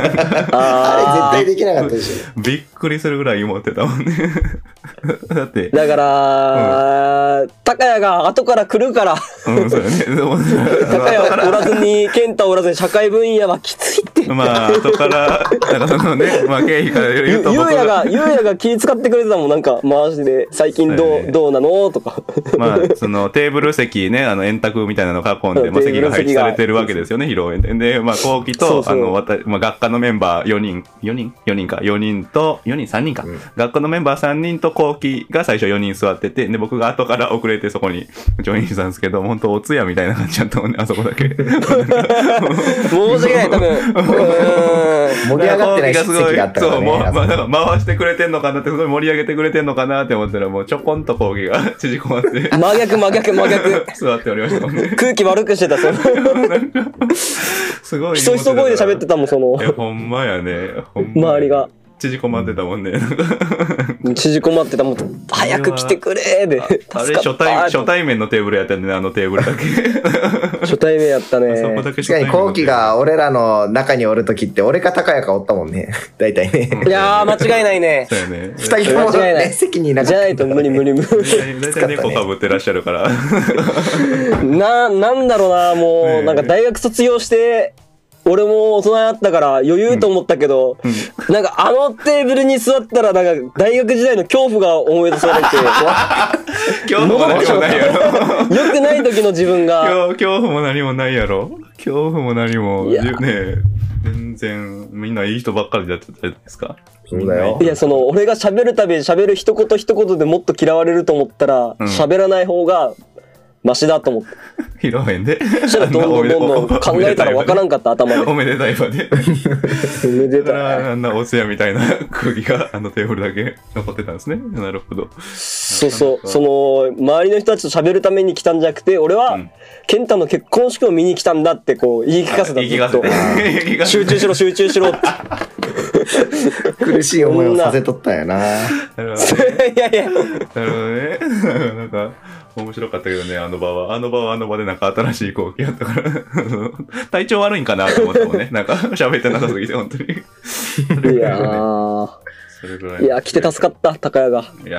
[SPEAKER 1] あ
[SPEAKER 4] 対できなかったでしょ。
[SPEAKER 3] びっくりするぐらい芋ってたもんね。 <laughs> だって
[SPEAKER 1] ー、だから、高谷が後から来るから
[SPEAKER 3] うん、そうよね。でも、
[SPEAKER 1] 高谷おらずに健太おらずに社会分野はきついって
[SPEAKER 3] まあ、後から、なんかそ
[SPEAKER 1] <laughs>
[SPEAKER 3] のね、まあ、経費から言
[SPEAKER 1] ゆ
[SPEAKER 3] うと
[SPEAKER 1] ゆう
[SPEAKER 3] 僕
[SPEAKER 1] や
[SPEAKER 3] が
[SPEAKER 1] が、ゆうやが気使ってくれてたもん、なんか、回しで、最近ど
[SPEAKER 3] そう
[SPEAKER 1] う、
[SPEAKER 3] やね
[SPEAKER 1] どうなのと
[SPEAKER 3] <laughs>
[SPEAKER 1] か。
[SPEAKER 3] まあ、そのテーブル席ね、あの、円卓みたいなの囲んで、まあ、
[SPEAKER 1] テーブ
[SPEAKER 3] 席
[SPEAKER 1] ル席が
[SPEAKER 3] が配置されてるわけですよね、披露宴で。で、まあ、後期と、
[SPEAKER 1] そうそう
[SPEAKER 3] あの、わたまあ、学科のメンバー4人、4人 ?4 人か、4人と、4人 ?3 人か。学科のメンバー3人と後期が最初4人座ってて、で、僕が後から遅れてそこに <laughs> ジョインしたんですけど、本当お通夜みたいな感じだったもんね、あそこだけ。
[SPEAKER 1] 申し訳ない、多分。うーん
[SPEAKER 4] 盛り上がってない
[SPEAKER 3] が
[SPEAKER 4] 席
[SPEAKER 3] すごい
[SPEAKER 4] があったから
[SPEAKER 3] そう、も
[SPEAKER 1] <laughs>
[SPEAKER 3] う、まあ、
[SPEAKER 4] ね。
[SPEAKER 3] なんか回してくれてんのかなって、すごい盛り上げてくれてんのかなって思ったら、もうちょこんと講義が <laughs> 縮こまって、
[SPEAKER 1] 真逆、真逆、真逆。
[SPEAKER 3] 座っておりましたもんね。
[SPEAKER 1] 空気悪くしてた、
[SPEAKER 3] <laughs>
[SPEAKER 1] その。
[SPEAKER 3] すごい。
[SPEAKER 1] ひそひそ声で喋ってたもん、その
[SPEAKER 3] い。や、ほんまやね。ほんま
[SPEAKER 1] 周りが。
[SPEAKER 3] 縮こまってたもんね。
[SPEAKER 1] 縮こまってた、もう、早く来てくれーで。
[SPEAKER 3] あれ、
[SPEAKER 1] 助か
[SPEAKER 3] 初
[SPEAKER 1] ったー
[SPEAKER 3] 対、初対面のテーブルやったんでね、あのテーブル
[SPEAKER 4] <laughs>
[SPEAKER 3] だけ。
[SPEAKER 1] 初対面やったね。
[SPEAKER 3] そこだけ初
[SPEAKER 4] 確か
[SPEAKER 3] 対
[SPEAKER 4] に、
[SPEAKER 3] 面のテ
[SPEAKER 4] 後
[SPEAKER 3] ーブ
[SPEAKER 4] 期
[SPEAKER 3] ル。
[SPEAKER 4] が俺らの中におるときって、俺か高谷かおったもんね。大体ね。
[SPEAKER 1] いやー、間違いないね。
[SPEAKER 3] そうやね。
[SPEAKER 4] 二人とも
[SPEAKER 1] 間違いない
[SPEAKER 4] ね席にいなかっ
[SPEAKER 1] じ
[SPEAKER 4] た
[SPEAKER 1] ゃないと無理無理無
[SPEAKER 3] 大
[SPEAKER 1] 理。
[SPEAKER 3] 体大体猫かぶってらっしゃる
[SPEAKER 4] <laughs>
[SPEAKER 3] から。
[SPEAKER 1] <laughs> な、なんだろうな、も
[SPEAKER 3] え
[SPEAKER 1] う、なんか大学卒業して、俺も大人だったから余裕と思ったけど、なんかあのテーブルに座ったら、なんか大学時代の恐怖が思い出され
[SPEAKER 3] <laughs>
[SPEAKER 1] て、
[SPEAKER 3] 今日も何もないやろ。
[SPEAKER 1] 良くない時の自分が、
[SPEAKER 3] 恐恐怖も何もないやろ恐怖も何も、
[SPEAKER 1] いや
[SPEAKER 3] ねえ全然、みんないい人ばっかりだったじゃないですか。
[SPEAKER 4] そうだよ
[SPEAKER 1] いや、その、俺が喋るたび喋る一言一言でもっと嫌われると思ったら、
[SPEAKER 3] ん
[SPEAKER 1] 喋らない方が、マシだと思って。
[SPEAKER 3] 披露宴で。
[SPEAKER 1] そしたらどん
[SPEAKER 3] <laughs>
[SPEAKER 1] どんどんどん考えたらわからんかった頭で。
[SPEAKER 3] おめでたい場で。
[SPEAKER 1] <laughs> おめで
[SPEAKER 3] だか
[SPEAKER 1] たい。
[SPEAKER 3] ら、あんなお通夜みたいな空気が、あのテーブルだけ <laughs> 残ってたんですね。なるほど。
[SPEAKER 1] そうそう、その、周りの人たちと喋るために来たんじゃなくて、俺は、健太の結婚式を見に来たんだって、こう、言い聞かせた
[SPEAKER 3] 言い聞か
[SPEAKER 1] ず
[SPEAKER 3] せ <laughs>
[SPEAKER 1] っ
[SPEAKER 3] て。言い聞
[SPEAKER 1] と
[SPEAKER 3] かせ
[SPEAKER 1] 集
[SPEAKER 3] て
[SPEAKER 1] 中しろ、集中しろって。
[SPEAKER 4] 苦しい思いをさせとったん
[SPEAKER 1] <laughs>
[SPEAKER 4] やな。
[SPEAKER 3] <laughs> なるほどね
[SPEAKER 1] <laughs> いやい
[SPEAKER 3] <laughs>
[SPEAKER 1] や、
[SPEAKER 3] なるほどね。 <laughs> なんか、面白かったけどね、あの場は。あの場はあの場でなんか新しい光景やったから、 <laughs> あの体調悪いんかなと思ったもんね。なんか、喋ってなさすぎて、本当に。
[SPEAKER 1] いやー
[SPEAKER 3] それぐらい。
[SPEAKER 1] いや、来て助かった、高谷が。
[SPEAKER 3] いや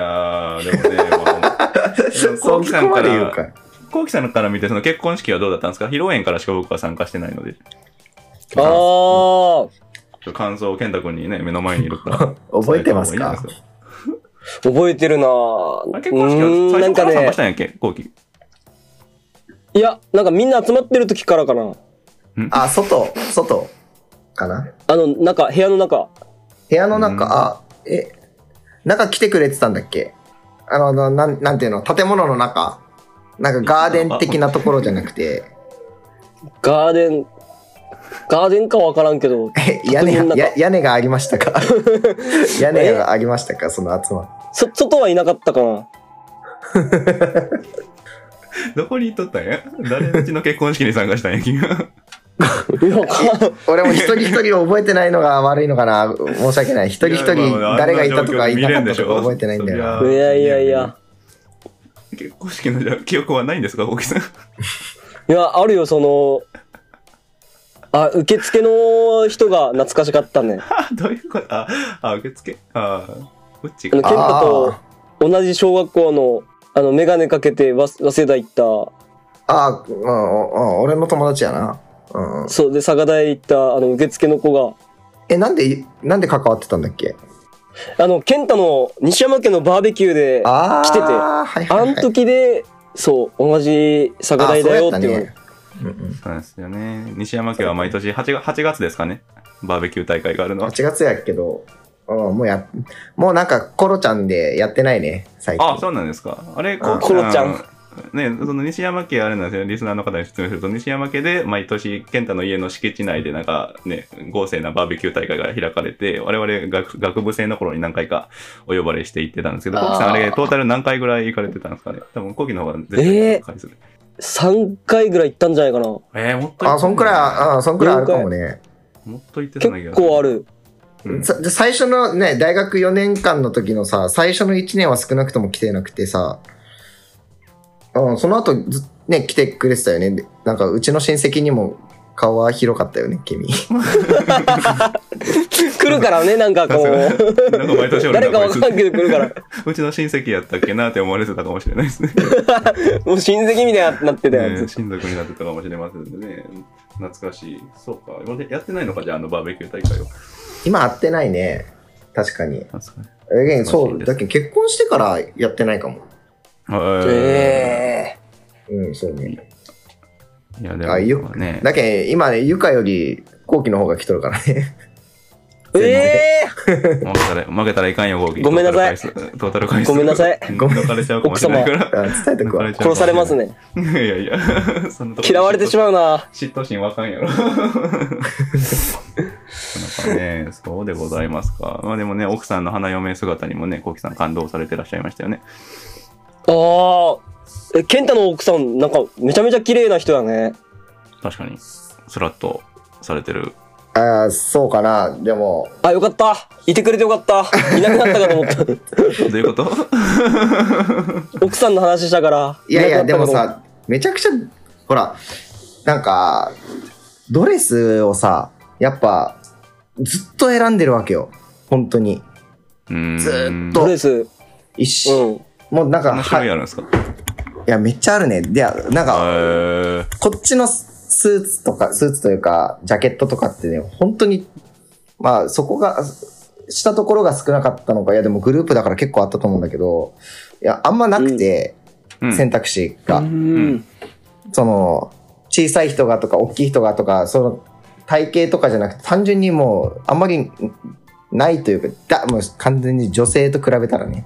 [SPEAKER 3] ー、でもね、まあ、
[SPEAKER 4] そこまで言うか。
[SPEAKER 3] コウキさんから見て、その結婚式はどうだったんですか披露宴からしか僕は参加してないので、ちょ
[SPEAKER 1] あー、
[SPEAKER 3] っと感想を健太君にね、目の前にいるから。
[SPEAKER 4] <laughs> 覚えてますか
[SPEAKER 3] 伝えた方がいいんじゃないですか
[SPEAKER 1] 覚えてるな
[SPEAKER 3] あ
[SPEAKER 1] ー
[SPEAKER 3] れ結婚式は
[SPEAKER 1] うーん
[SPEAKER 3] 最
[SPEAKER 1] なん
[SPEAKER 3] 初か
[SPEAKER 1] から
[SPEAKER 3] 参
[SPEAKER 1] ね
[SPEAKER 3] 加し、たんやっけコウキ。
[SPEAKER 1] いや、なんかみんな集まってる時からかな。
[SPEAKER 4] あ、外、外かな。
[SPEAKER 1] あの、中、部屋の中。
[SPEAKER 4] 部屋の
[SPEAKER 3] う
[SPEAKER 4] 中、
[SPEAKER 3] ん
[SPEAKER 4] あ、え、中来てくれてたんだっけあの、ななんなんていうの、建物の中。なんかガーデン的なところじゃなくて、
[SPEAKER 1] <laughs> ガーデン、ガーデンかわからんけど
[SPEAKER 4] え、屋根
[SPEAKER 1] 建物の
[SPEAKER 4] が、
[SPEAKER 1] 中
[SPEAKER 4] や屋根がありました
[SPEAKER 1] <laughs>
[SPEAKER 4] か屋根がありましたかその集ま
[SPEAKER 1] そ、外はいなかったか
[SPEAKER 3] <laughs>
[SPEAKER 1] な。
[SPEAKER 3] どこに行っとったんや誰のうちの結婚式に参加したんや君は。
[SPEAKER 4] 俺も一人一人覚えてないのが悪いのかな申し訳ない一人一人誰がいたとかいなかったとか覚えてないんだよない
[SPEAKER 1] やいやいや。
[SPEAKER 3] 結婚式のじゃあ記憶はないんですか、大木さん。 <laughs>
[SPEAKER 1] いや、あるよ、その、あ、受付の人が懐かしかったね。あ
[SPEAKER 3] あどういうことあ、あ受付あこっち
[SPEAKER 1] の、
[SPEAKER 3] が。
[SPEAKER 1] 健太と同じ小学校の、あの、メガネかけて、わ早稲田行った、
[SPEAKER 4] あー、うんうん、俺の友達やな、うん、
[SPEAKER 1] そうで、佐賀大行った、あの、受付の子が、
[SPEAKER 4] えなんでなんで関わってたんだっけ
[SPEAKER 1] あの、健太の西山家のバーベキューで、あ
[SPEAKER 4] ああ
[SPEAKER 1] 来てて
[SPEAKER 4] はいはい、はい、
[SPEAKER 1] ん時で、そう、同じ佐賀
[SPEAKER 4] あ
[SPEAKER 1] 大
[SPEAKER 4] ーそう
[SPEAKER 1] だ
[SPEAKER 4] や
[SPEAKER 1] よ
[SPEAKER 4] った
[SPEAKER 1] っていう。
[SPEAKER 4] ねうんうん、
[SPEAKER 3] そうなんですよね。西山家は毎年8月 ,8 月ですかね。バーベキュー大会があるのは。
[SPEAKER 4] 8月やけど、うん、もうやもうなんかコロちゃんでやってないね最近
[SPEAKER 3] あ、そうなんですか。あれ、
[SPEAKER 4] あ
[SPEAKER 3] こう
[SPEAKER 1] コロちゃん。
[SPEAKER 3] ね、その西山家あれなんですよ、リスナーの方に説明すると、西山家で毎年、健太の家の敷地内で、なんかね、豪勢なバーベキュー大会が開かれて、我々学学部生の頃に何回かお呼ばれして行ってたんですけど、
[SPEAKER 4] あー
[SPEAKER 3] コキさん、あれ、トータル何回ぐらい行かれてたんですかね、多分コキの方が絶対回数。
[SPEAKER 1] 3回ぐらい行ったんじゃないかな。
[SPEAKER 3] えー、もっと行ってた
[SPEAKER 4] あそんくらいあそんくらいあるかもね
[SPEAKER 3] もっと言ってたんだけ
[SPEAKER 1] 結
[SPEAKER 3] ど。
[SPEAKER 1] 構ある。
[SPEAKER 3] うん
[SPEAKER 4] さで最初のね、大学4年間の時のさ、最初の1年は少なくとも来てなくてさ、うん、その後ず、ね、来てくれてたよね。でなんか、うちの親戚にも顔は広かったよね、君。 <laughs>
[SPEAKER 1] 来るからね、なんかこう。
[SPEAKER 3] <laughs> なんか毎年俺
[SPEAKER 1] <laughs> 誰か
[SPEAKER 3] が
[SPEAKER 1] わ
[SPEAKER 3] こ
[SPEAKER 1] か
[SPEAKER 3] い
[SPEAKER 1] んないけど来るから。
[SPEAKER 3] つ、うちの親戚やったっけなって思われてたかもしれないですね。
[SPEAKER 1] もう親戚みたいになってた
[SPEAKER 3] ね
[SPEAKER 1] よ。
[SPEAKER 3] 親族になってたかもしれませんのでね。懐かしい。そうか。今でやってないのか、じゃあ、あのバーベキュー大会を。
[SPEAKER 4] 今会ってないね。確かに。
[SPEAKER 3] 確かに。
[SPEAKER 4] えそ
[SPEAKER 3] 懐かしいで
[SPEAKER 4] う、
[SPEAKER 3] す
[SPEAKER 4] だけど結婚してからやってないかも。
[SPEAKER 1] ええ
[SPEAKER 4] うん、そうね。
[SPEAKER 3] いや、
[SPEAKER 4] あ
[SPEAKER 3] で
[SPEAKER 4] ゆ
[SPEAKER 3] もね。
[SPEAKER 4] だけど今ね、ゆかより、後期の方が来とるからね。 <laughs>
[SPEAKER 1] ええ
[SPEAKER 3] 負けたら、負けたらいかんよ、ゴー
[SPEAKER 1] ごめんなさい
[SPEAKER 3] トータル回数。
[SPEAKER 1] ごめんなさい
[SPEAKER 3] ごめんなさい。抜かれちゃうかもしれないから。
[SPEAKER 4] あ伝えてくわ。
[SPEAKER 3] 抜かちゃう
[SPEAKER 1] 殺
[SPEAKER 3] かもしれない
[SPEAKER 1] されます。ね。
[SPEAKER 3] いやいや、そんなと
[SPEAKER 1] <laughs>
[SPEAKER 3] こ
[SPEAKER 1] 嫌われてしまうな。
[SPEAKER 3] 嫉妬心わかんやろ。 <laughs> なんかね、そうでございますか。まあでもね、奥さんの花嫁姿にもね、コキさん感動されてらっしゃいましたよね。
[SPEAKER 1] ああ。え、健太の奥さん、なんかめちゃめちゃ綺麗な人だね。
[SPEAKER 3] 確かに。スラッとされてる。
[SPEAKER 4] あーそうかな。でも、
[SPEAKER 1] あ、よかった。いてくれてよかった。いなくなったかと思っ <laughs>
[SPEAKER 3] どういう
[SPEAKER 4] <laughs>
[SPEAKER 3] こと
[SPEAKER 1] た。奥さんの話したから。
[SPEAKER 4] いやいや、
[SPEAKER 1] な
[SPEAKER 4] で
[SPEAKER 1] くな
[SPEAKER 4] も
[SPEAKER 1] ったか
[SPEAKER 4] さ、めちゃくちゃ、ほら、なんか、ドレスをさ、やっぱ、ずっと選んでるわけよ。本当に。
[SPEAKER 3] うーん
[SPEAKER 4] ずーっ
[SPEAKER 1] と思
[SPEAKER 4] と
[SPEAKER 1] う。ドレス。
[SPEAKER 4] 一し、
[SPEAKER 1] うん。
[SPEAKER 4] もうなん
[SPEAKER 3] そん
[SPEAKER 4] か、
[SPEAKER 3] な種
[SPEAKER 4] は
[SPEAKER 3] 類
[SPEAKER 4] い
[SPEAKER 3] あるんですか
[SPEAKER 4] や、めっちゃあるね。で、なん
[SPEAKER 3] へ
[SPEAKER 4] か、
[SPEAKER 3] ー
[SPEAKER 4] こっちのスーツとか、スーツというか、ジャケットとかってね、本当に、まあ、そこが、したところが少なかったのか、いや、でもグループだから結構あったと思うんだけど、いや、あんまなくて、
[SPEAKER 3] うん
[SPEAKER 4] 選択肢が。
[SPEAKER 1] うん。
[SPEAKER 4] その小さい人がとか大きい人がとかその体型とかじゃなくて単純にもうあんまりんないというかだもう完全に女性と比べたらね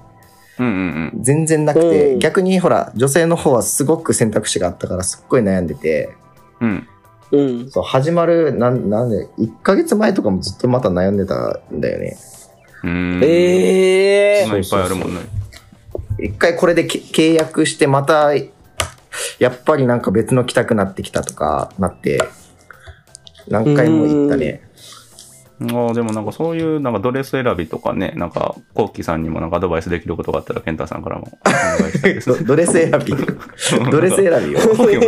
[SPEAKER 3] うんうん
[SPEAKER 4] 全然なくて、
[SPEAKER 1] うん
[SPEAKER 4] 逆にほら女性の方はすごく選択肢があったからすっごい悩んでて
[SPEAKER 3] うん。うん。
[SPEAKER 1] うん。
[SPEAKER 4] そう始まるなんなんで1ヶ月前とかもずっとまた悩んでたんだよね
[SPEAKER 3] うーん。
[SPEAKER 1] ええ
[SPEAKER 3] そんないっぱいあるもんね。
[SPEAKER 4] 一回これでけ契約してまたやっぱりなんか別の来たくなってきたとかなって何回も行ったね
[SPEAKER 3] ああ、でもなんかそういうなんかドレス選びとかね、なんか、コウキさんにもなんかアドバイスできることがあったら、ケンタさんからもお願いしたい
[SPEAKER 4] <laughs>
[SPEAKER 3] です。
[SPEAKER 4] ドドレス選び。
[SPEAKER 3] <laughs>
[SPEAKER 4] ドレス選 <laughs> びよ。
[SPEAKER 3] コウキも、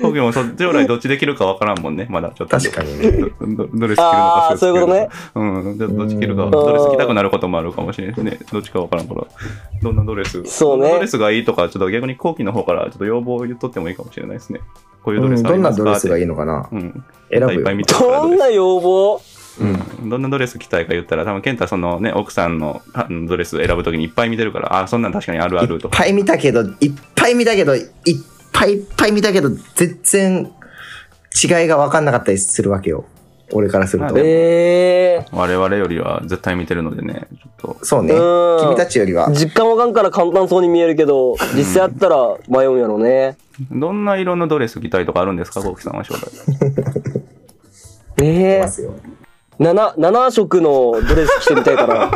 [SPEAKER 3] コウキもそ将来どっちできるかわからんもんね、まだちょっと。
[SPEAKER 4] 確かにね。
[SPEAKER 3] どどれス着るのか
[SPEAKER 1] あー
[SPEAKER 3] スーツ着るのかうんどどっち着るかドレス着たくなることもあるかもしれないねどっちかわからんからどんなドレス
[SPEAKER 1] そうね
[SPEAKER 3] どんなドレスがいいとかちょっと逆に後期の方からちょっと要望を言っとってもいいかもしれないですねこういうド
[SPEAKER 4] う
[SPEAKER 3] レス
[SPEAKER 4] ん
[SPEAKER 3] あ
[SPEAKER 4] ど
[SPEAKER 3] り
[SPEAKER 4] んな
[SPEAKER 3] ますか
[SPEAKER 4] ドレスがい
[SPEAKER 3] い
[SPEAKER 4] いのかな
[SPEAKER 3] うん、
[SPEAKER 4] 選ぶよ
[SPEAKER 3] いっぱい見てるから
[SPEAKER 1] どんな要望
[SPEAKER 3] うん、どんなドレス着たいか言ったら多分健太そのね奥さんのあのドレス選ぶときにいっぱい見てるからあそんなん確かにあるあ
[SPEAKER 4] い
[SPEAKER 3] る
[SPEAKER 4] っ
[SPEAKER 3] とか
[SPEAKER 4] ぱい見たけど、いっぱい見たけど、いっぱいいっぱい見たけど、全然違いが分かんなかったりするわけよ。俺からする
[SPEAKER 3] まあ
[SPEAKER 4] と。
[SPEAKER 3] ね
[SPEAKER 1] ええ
[SPEAKER 3] 我々よりは絶対見てるのでねちょっと
[SPEAKER 4] そうね。
[SPEAKER 1] うん
[SPEAKER 4] 君たちよりは。
[SPEAKER 1] 実感わかんから簡単そうに見えるけど、実際あったら迷うんやろね。
[SPEAKER 3] どんな色のドレス着たいとかあるんですかコウキさんは将来
[SPEAKER 1] <laughs> ええ
[SPEAKER 4] ますよ
[SPEAKER 1] 七7色のドレス着てみたいから。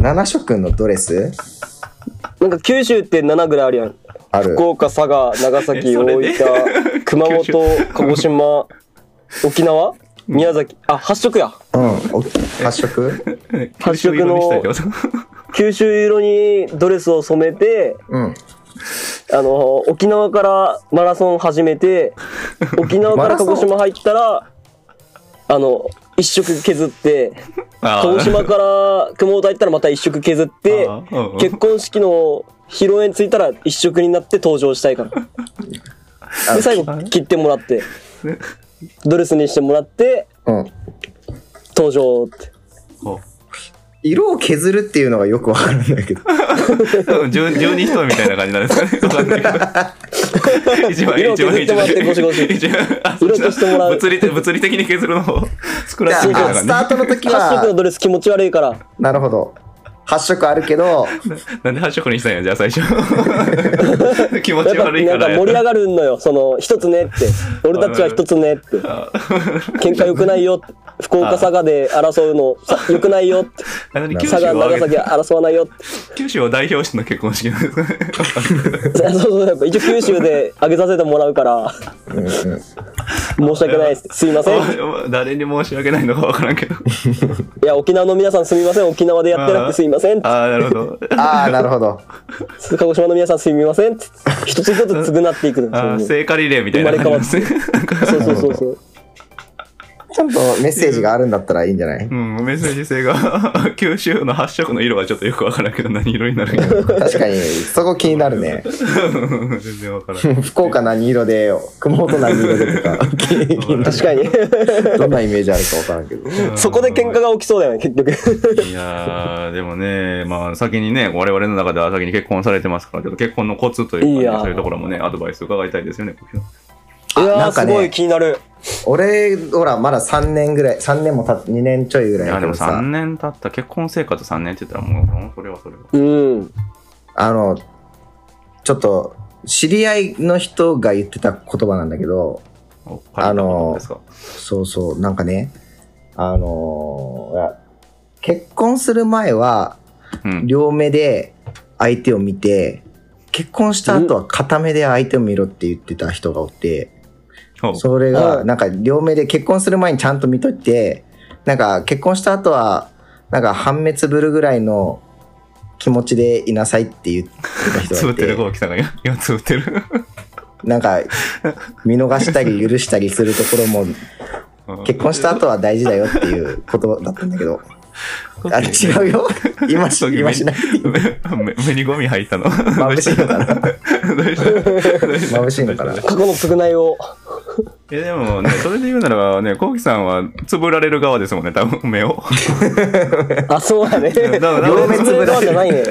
[SPEAKER 4] 7色のドレス
[SPEAKER 1] なんか九州って7ぐらいあるやん。
[SPEAKER 4] ある
[SPEAKER 3] <laughs>
[SPEAKER 1] 福。岡、佐賀、長
[SPEAKER 3] え
[SPEAKER 1] 崎、
[SPEAKER 3] そ
[SPEAKER 1] 大
[SPEAKER 3] れで <laughs>
[SPEAKER 1] 分、熊本
[SPEAKER 3] 九州、
[SPEAKER 1] 鹿児島、沖縄宮崎あ発色や
[SPEAKER 4] うん。お
[SPEAKER 3] <laughs>
[SPEAKER 4] 発色
[SPEAKER 3] 九州色にしたいってこと
[SPEAKER 1] 九州色にドレスを染めて
[SPEAKER 4] うん。
[SPEAKER 1] あの沖縄からマラソン始め
[SPEAKER 3] <laughs>
[SPEAKER 1] て沖縄から鹿児島入ったらあの一色削って
[SPEAKER 3] あ
[SPEAKER 1] 鹿
[SPEAKER 3] ー
[SPEAKER 1] 児
[SPEAKER 3] <laughs>
[SPEAKER 1] 島から熊本入ったらまた一色削って
[SPEAKER 3] あーうん
[SPEAKER 1] 結婚式の披露宴着いたら一色になって登場したいからで最後切ってもら
[SPEAKER 3] <laughs>
[SPEAKER 1] ってドレスにしてもらって
[SPEAKER 4] うん。
[SPEAKER 1] 登場って
[SPEAKER 3] ほ
[SPEAKER 4] 色を削るっていうのがよくわかるんだ
[SPEAKER 3] <laughs>
[SPEAKER 4] けど。
[SPEAKER 3] う多分十十二人みたいな感じなん
[SPEAKER 1] <laughs>
[SPEAKER 3] ですかね。わかんないけど一番
[SPEAKER 1] 色を
[SPEAKER 3] 一番
[SPEAKER 1] 削ってもらってゴシゴシ
[SPEAKER 3] 一番あ
[SPEAKER 1] 色消してもらう
[SPEAKER 3] 物理的物理的に削るのを <laughs> 作
[SPEAKER 4] じ
[SPEAKER 3] ら
[SPEAKER 4] ゃあ、
[SPEAKER 3] せてみたい
[SPEAKER 4] あ
[SPEAKER 3] な
[SPEAKER 4] スタ
[SPEAKER 3] 感
[SPEAKER 4] ートの時
[SPEAKER 1] 発色の
[SPEAKER 4] は、
[SPEAKER 1] ドレス気持ち悪いから
[SPEAKER 4] なるほど。発色あるけど、
[SPEAKER 3] じ。なんで発色にしたんやじゃあ最初。
[SPEAKER 1] <laughs>
[SPEAKER 3] 気持
[SPEAKER 1] なん
[SPEAKER 3] ち
[SPEAKER 1] か
[SPEAKER 3] 悪い
[SPEAKER 1] な
[SPEAKER 3] か
[SPEAKER 1] んから
[SPEAKER 3] や
[SPEAKER 1] 盛り上がるのよ、その、一つねっ
[SPEAKER 3] <laughs>
[SPEAKER 1] て。俺たちは一つねって。喧嘩良くないよって。福岡佐賀で争うのさ良くないよって。
[SPEAKER 3] なのに <laughs> 九州
[SPEAKER 1] 佐賀、
[SPEAKER 3] を
[SPEAKER 1] 長崎は争わないよって。
[SPEAKER 3] 九州を代表しての結婚式なん
[SPEAKER 1] <laughs>
[SPEAKER 3] ですか <laughs> ね。
[SPEAKER 1] そうそうそう。一応九州であげさせてもらうから、申し訳ないです。すいません。
[SPEAKER 3] <laughs>
[SPEAKER 1] い
[SPEAKER 3] 誰に申し訳ないのかわからんけど。
[SPEAKER 1] や、沖縄の皆さんすみません。沖縄でやってなくてすいません。鹿
[SPEAKER 3] ああなるほど。
[SPEAKER 4] ああ、なるほど。
[SPEAKER 1] 児島の皆さんすみません。一つ一つ償っていく
[SPEAKER 3] <laughs> あ
[SPEAKER 1] の。そ
[SPEAKER 3] ー
[SPEAKER 1] ういう
[SPEAKER 3] 聖火リレーみた <laughs> いな感じですね。
[SPEAKER 1] のそうそうそうそう。
[SPEAKER 4] ちゃんとメッセージがあるんだったらいいんじゃない
[SPEAKER 3] うん、メッセージ性が <laughs> 九州の発色の色はちょっとよくわからんけど何色になるんやろ
[SPEAKER 4] 確かに、そこ気になる
[SPEAKER 3] <laughs>
[SPEAKER 4] ね。
[SPEAKER 3] 全然わからん。
[SPEAKER 4] <laughs> 福岡何色で、熊本何色でと
[SPEAKER 3] <laughs>
[SPEAKER 4] か、 <laughs>
[SPEAKER 1] 確かに。
[SPEAKER 4] どんなイメージあるかわからんけど。
[SPEAKER 1] そこで喧嘩が起きそうだよね、結局。
[SPEAKER 3] いやー、でもね、まあ先にね、我々の中では先に結婚されてますから、ちょっと結婚のコツというかね、
[SPEAKER 1] いやー
[SPEAKER 3] そういうところもね、アドバイス伺いたいですよね、
[SPEAKER 1] いや
[SPEAKER 4] な
[SPEAKER 1] ー、
[SPEAKER 4] んか
[SPEAKER 1] す
[SPEAKER 4] ね
[SPEAKER 1] ごい気になる。
[SPEAKER 4] 俺、ほら、まだ3年ぐらい、3年もた2年ちょいぐら
[SPEAKER 3] い
[SPEAKER 4] いだ
[SPEAKER 3] や、
[SPEAKER 4] け
[SPEAKER 3] でも
[SPEAKER 4] ど
[SPEAKER 3] 3
[SPEAKER 4] さ、
[SPEAKER 3] 年経った、結婚生活3年って言ったらもう、これはそれは。
[SPEAKER 1] うん。
[SPEAKER 4] あの、ちょっと、知り合いの人が言ってた言葉なんだけど、
[SPEAKER 3] あのですか
[SPEAKER 4] そうそう、なんかね、あのーいや結婚する前は、
[SPEAKER 3] うん。
[SPEAKER 4] 両目で相手を見て、結婚した後は片目で相手を見ろって言ってた人がおって、
[SPEAKER 3] そう
[SPEAKER 4] それ
[SPEAKER 1] う
[SPEAKER 4] が、
[SPEAKER 1] ん
[SPEAKER 4] なんか両目で結婚する前にちゃんと見といて、なんか結婚した後は、なんか半滅ぶるぐらいの気持ちでいなさいって言って
[SPEAKER 3] <laughs>
[SPEAKER 4] た人
[SPEAKER 3] つぶ
[SPEAKER 4] がい
[SPEAKER 3] ってる、
[SPEAKER 4] て、
[SPEAKER 3] ゴーキさんが今、今つぶってる。
[SPEAKER 4] なんか見逃したり許したりするところも、結婚した後は大事だよっていうことだったん
[SPEAKER 1] <laughs>
[SPEAKER 4] だけど、あれ違うよ今し、今
[SPEAKER 3] <laughs>
[SPEAKER 4] しない。
[SPEAKER 3] 目目目にゴミ入ったの。
[SPEAKER 4] 眩しいの
[SPEAKER 1] <laughs>
[SPEAKER 4] かな眩
[SPEAKER 3] 眩
[SPEAKER 4] しいのかな
[SPEAKER 1] 過去の償いを。
[SPEAKER 3] <laughs> えでもね、それで言うならばね、コウキさんはつぶられる側ですもんね、多分目を。 <laughs>
[SPEAKER 1] あ、そうだね。
[SPEAKER 3] だから
[SPEAKER 1] 両目つぶられる側じゃないね。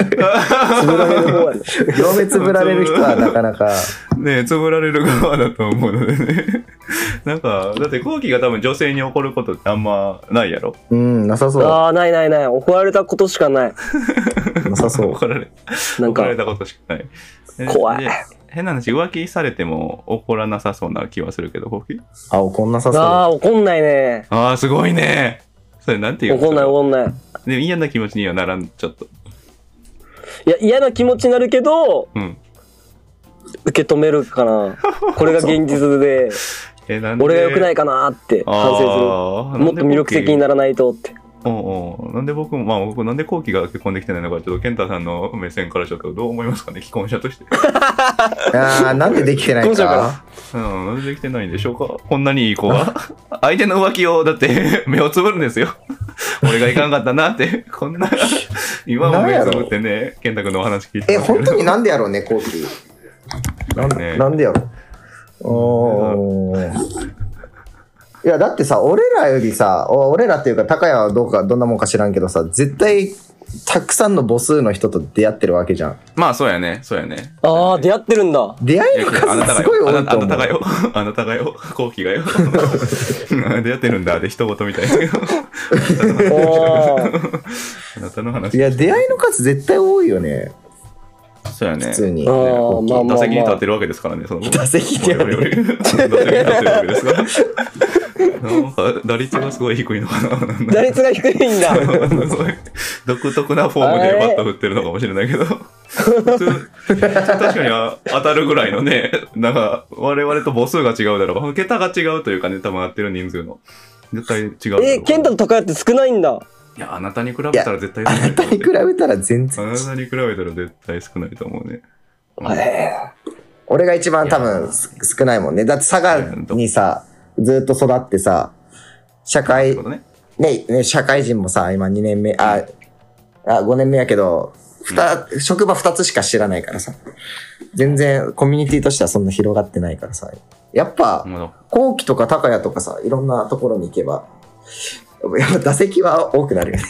[SPEAKER 1] つぶられる方やね。
[SPEAKER 4] 両目つぶられる人はなかなか、
[SPEAKER 3] ね、つぶられる側だと思うのでね。 <laughs> なんか、だってコウキが多分女性に怒ることってあんまないやろ。
[SPEAKER 4] うん、なさそう。
[SPEAKER 1] ああ、ないないない。怒られたことしかない。
[SPEAKER 4] なさそう。
[SPEAKER 3] 怒られ、
[SPEAKER 1] なん
[SPEAKER 3] 怒
[SPEAKER 1] から
[SPEAKER 3] れ、たことしかない。え
[SPEAKER 1] 怖い
[SPEAKER 3] で変な話、浮気されても怒らなさそうな気はするけど、コウキ。
[SPEAKER 4] あ、怒んなさそう。
[SPEAKER 1] ああ、怒んないね。
[SPEAKER 3] ああ、すごいね。それなんていうの
[SPEAKER 1] 怒んない怒んない。
[SPEAKER 3] でも嫌な気持ちにはならん、ちょっと。
[SPEAKER 1] いや、嫌な気持ちになるけど、
[SPEAKER 3] うん。
[SPEAKER 1] 受け止めるかな。これが現実で、
[SPEAKER 3] え、なん
[SPEAKER 1] 俺が良くないいかなって反省
[SPEAKER 3] あ
[SPEAKER 1] す
[SPEAKER 3] あ
[SPEAKER 1] る。もっと魅力的にならないとって。
[SPEAKER 3] おうおうなんで僕も、まあ僕なんで後期が結婚できてないのか、ちょっと健太さんの目線からちょっとどう思いますかね、既婚者として。
[SPEAKER 4] あーなんでできてない
[SPEAKER 1] どうしようか
[SPEAKER 3] う
[SPEAKER 4] か。
[SPEAKER 3] ん、なんでできてないんでしょうかこんなにいい子は。相手の浮気を、だって <laughs> 目をつぶるんですよ。俺がいかんかったなって、こん
[SPEAKER 4] <laughs>
[SPEAKER 3] な、今も目つぶってね、健太君のお話聞いて
[SPEAKER 4] え、
[SPEAKER 3] ますけ
[SPEAKER 4] 本
[SPEAKER 3] ど
[SPEAKER 4] 当になんでやろうね、コーヒー。なん,、
[SPEAKER 3] ね
[SPEAKER 4] なんでやろう。おーいや、だってさ、俺らよりさ、お俺らっていうか、高谷はどうか、どんなもんか知らんけどさ、絶対、たくさんの母数の人と出会ってるわけじゃん。
[SPEAKER 3] まあそうやね、そうやね。
[SPEAKER 1] ああ、出会ってるん
[SPEAKER 3] <laughs>
[SPEAKER 1] だ。
[SPEAKER 4] 出会
[SPEAKER 3] い
[SPEAKER 4] い
[SPEAKER 3] や
[SPEAKER 4] の
[SPEAKER 3] あなた
[SPEAKER 4] 数
[SPEAKER 3] が
[SPEAKER 4] すごい
[SPEAKER 3] よ、あ
[SPEAKER 4] 多い
[SPEAKER 3] な
[SPEAKER 4] と
[SPEAKER 3] あ
[SPEAKER 4] 思
[SPEAKER 3] な
[SPEAKER 4] う。
[SPEAKER 3] たがよ、あなたがよ、後期が
[SPEAKER 4] <laughs>
[SPEAKER 3] よ。うん出会ってるんだって一言みたいな。
[SPEAKER 1] おー
[SPEAKER 3] あなたの
[SPEAKER 4] い
[SPEAKER 3] 話。
[SPEAKER 4] や、出会いの数絶対多いよね、
[SPEAKER 3] そうやね。
[SPEAKER 4] 普通に。
[SPEAKER 1] あ
[SPEAKER 4] 打
[SPEAKER 1] ーまあまあまあ
[SPEAKER 3] 打席に立ってるわけですからね、その。打
[SPEAKER 4] 席に立って
[SPEAKER 3] <laughs>
[SPEAKER 4] る
[SPEAKER 3] 打席に立ってるわけですから。なんか打率がすごい低いのかな。なん
[SPEAKER 1] 打
[SPEAKER 3] か
[SPEAKER 1] 率が低いんだ。
[SPEAKER 3] <laughs> そういう独特なフォームでバット振ってるのかもしれないけど。普通、確かにあ当たるぐらいのね、なんか、我々と母数が違うだろうから桁が違うというかね、多分合ってる人数の。絶対違うだろうから。
[SPEAKER 1] え、健太と高谷って少ないんだ。
[SPEAKER 3] いや、あなたに比べたら絶対少
[SPEAKER 4] あ
[SPEAKER 3] な
[SPEAKER 4] ない
[SPEAKER 3] と
[SPEAKER 4] た
[SPEAKER 3] 思
[SPEAKER 4] に
[SPEAKER 3] う
[SPEAKER 4] 比べたら全
[SPEAKER 3] あ
[SPEAKER 4] 然。
[SPEAKER 3] なたに比べたら絶対少ないと思うね。
[SPEAKER 4] 俺が一番多分す少ないもんね。だって佐賀にさ、ずっと育ってさ、社
[SPEAKER 3] な
[SPEAKER 4] 会
[SPEAKER 3] るほ、どね。
[SPEAKER 4] ね、ね社会人もさ、今2年目、あ、あ5年目やけど、ふた、職場2つしか知らないからさ。全然コミュニティとしてはそんな広がってないからさ。やっぱ、
[SPEAKER 3] もう
[SPEAKER 4] 後期とか高谷とかさ、いろんなところに行けば、やっぱ打席は多くなるよ
[SPEAKER 1] <laughs>
[SPEAKER 4] ね。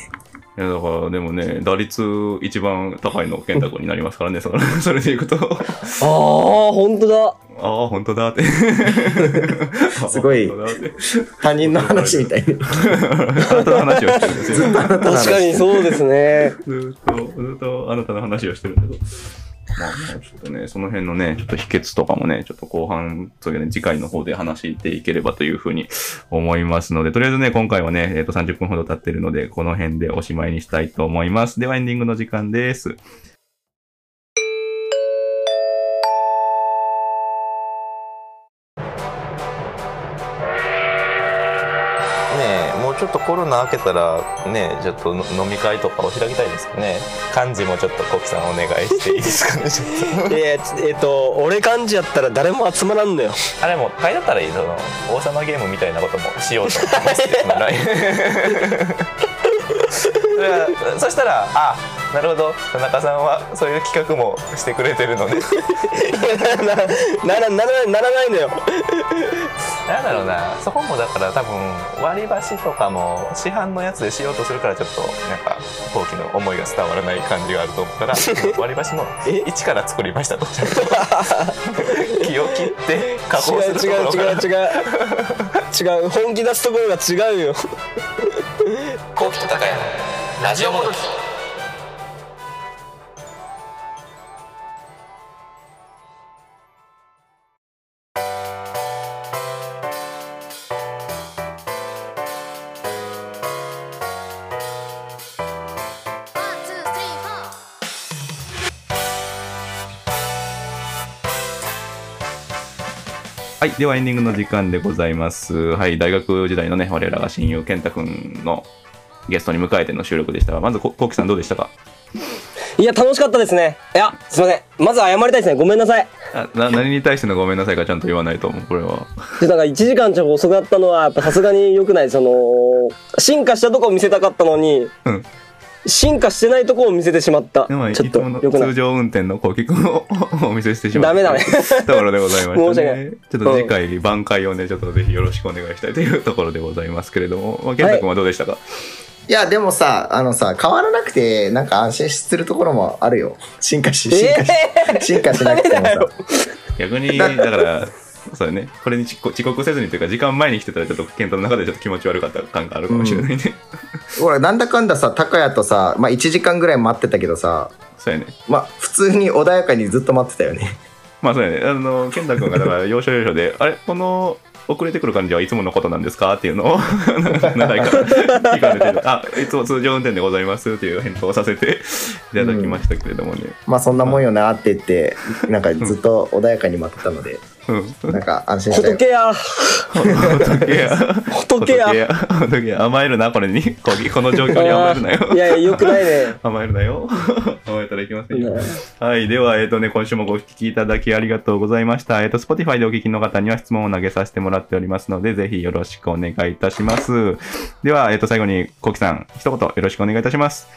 [SPEAKER 3] いやだから、でもね、打率一番高いの健太君になりますからね、その <laughs> それでいくと、あ
[SPEAKER 1] ああ、ほんとだ。
[SPEAKER 3] あ、本当だって。
[SPEAKER 4] すごい
[SPEAKER 3] あ本当だって
[SPEAKER 4] 他人の話みたいに。
[SPEAKER 3] あなたの話をしてるんですよ。
[SPEAKER 1] 確かにそうです <laughs> ね。
[SPEAKER 3] ずっと、ずっとあなたの話をしてるけど。まあ、ちょっとね、その辺のね、ちょっと秘訣とかもね、ちょっと後半、そういうね、次回の方で話していければというふうに思いますので、とりあえずね、今回はね、えっ、と、30分ほど経ってるので、この辺でおしまいにしたいと思います。では、エンディングの時間です。
[SPEAKER 5] ねえもうちょっとコロナ明けたらねちょっとの飲み会とかを開きたいですかね漢字もちょっとコキさんお願いしていいですかねちょっと
[SPEAKER 1] ええっと、俺感じやったら誰も集まらんのよ。
[SPEAKER 5] <laughs>
[SPEAKER 1] <laughs>
[SPEAKER 5] あれも書いてあったらいいその王様ゲームみたいなこともしようと思ってます今来年 <laughs> そしたらあなるほど田中さんはそういう企画もしてくれてるので
[SPEAKER 1] なら、なら、なら、ならないのよ。
[SPEAKER 5] なんだろうなそこもだから多分割り箸とかも市販のやつでしようとするからちょっとなんか陶器の思いが伝わらない感じがあると思うから割り箸も「一から作りました」とちゃんと気を切って加
[SPEAKER 1] 違う
[SPEAKER 5] 工するとこ
[SPEAKER 1] 違う
[SPEAKER 5] ろか
[SPEAKER 1] 違
[SPEAKER 5] ら
[SPEAKER 1] う違う。違う、本気出すところが違うよ。
[SPEAKER 6] コウキと高谷のラジオもどき
[SPEAKER 3] はい。では、エンディングの時間でございます。はい。大学時代のね、我らが親友、健太くんのゲストに迎えての収録でしたが、まず、ここうきさんどうでしたか
[SPEAKER 1] いや、楽しかったですね。いや、すいません。まず謝りたいですね。ごめんなさい。
[SPEAKER 3] あな何に対してのごめんなさいがちゃんと言わないと思う、これは。
[SPEAKER 1] でなんか1時間ちょっと遅かったのはやっぱさすがに良くないその進化したとこを見せたかったのに、
[SPEAKER 3] うん
[SPEAKER 1] 進化してないとこを見せてしまった
[SPEAKER 3] でも、い
[SPEAKER 1] ちょっと
[SPEAKER 3] つもの
[SPEAKER 1] 良くな
[SPEAKER 3] 通
[SPEAKER 1] い
[SPEAKER 3] 常運転の幸輝君をお見せしてしま
[SPEAKER 1] ダ
[SPEAKER 3] った。
[SPEAKER 1] メだね。
[SPEAKER 3] ところでございま
[SPEAKER 1] 申
[SPEAKER 3] した、ね。
[SPEAKER 1] し訳ない
[SPEAKER 3] ちょっと次回、挽回をね、ちょっとぜひよろしくお願いしたいというところでございますけれども、まあ、健太君はどうでしたか、
[SPEAKER 4] いや、でもさ、あのさ、変わらなくて、なんか安心するところもあるよ。進化し、進化し、進化しなくても
[SPEAKER 1] ダメだ
[SPEAKER 4] さ
[SPEAKER 1] よ。
[SPEAKER 3] 逆に、だから、そうだね。これに遅刻遅刻せずにというか、時間前に来てたら、ちょっと健太の中でちょっと気持ち悪かった感があるかもしれないね。
[SPEAKER 4] ほら、なんだかんださ、高谷とさ、まあ1時間ぐらい待ってたけどさ、
[SPEAKER 3] <laughs> そうやね。
[SPEAKER 4] まあ普通に穏やかにずっと待ってたよね。 <laughs>
[SPEAKER 3] まあそうやね。あの、健太君がだから、要所要所で、あ <laughs> れこの、遅れてくる感じはいつものことなんですかっていうのを、 <laughs> 長いから聞かれてる。あ、いつも通常運転でございますっていう返答をさせていただきましたけれどもね。
[SPEAKER 4] まあそんなもんよなって言って、なんかずっと穏やかに待ってたので、
[SPEAKER 3] うん。
[SPEAKER 4] なんか安心したよ
[SPEAKER 1] 仏。や
[SPEAKER 3] <laughs> 仏や。
[SPEAKER 1] 仏や
[SPEAKER 3] 仏や。仏や。甘えるな、これに。ここの状況に甘え
[SPEAKER 1] <laughs>
[SPEAKER 3] るな
[SPEAKER 1] あーい
[SPEAKER 3] よ。
[SPEAKER 1] やいや良くないね
[SPEAKER 3] 甘えるなよ。甘えたらいけませんよ
[SPEAKER 1] ね。
[SPEAKER 3] はい。では、えっ、とね、今週もご聞きいただきありがとうございました。えっ、と、Spotify でお聞きの方には質問を投げさせてもらっておりますので、ぜひよろしくお願いいたします。では、えっ、と、最後に、コキさん、一言よろしくお願いいたします。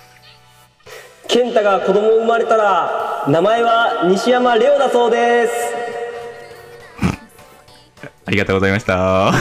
[SPEAKER 1] 健太が子供生まれたら名前は西山レオだそうです
[SPEAKER 3] ありがとうございました。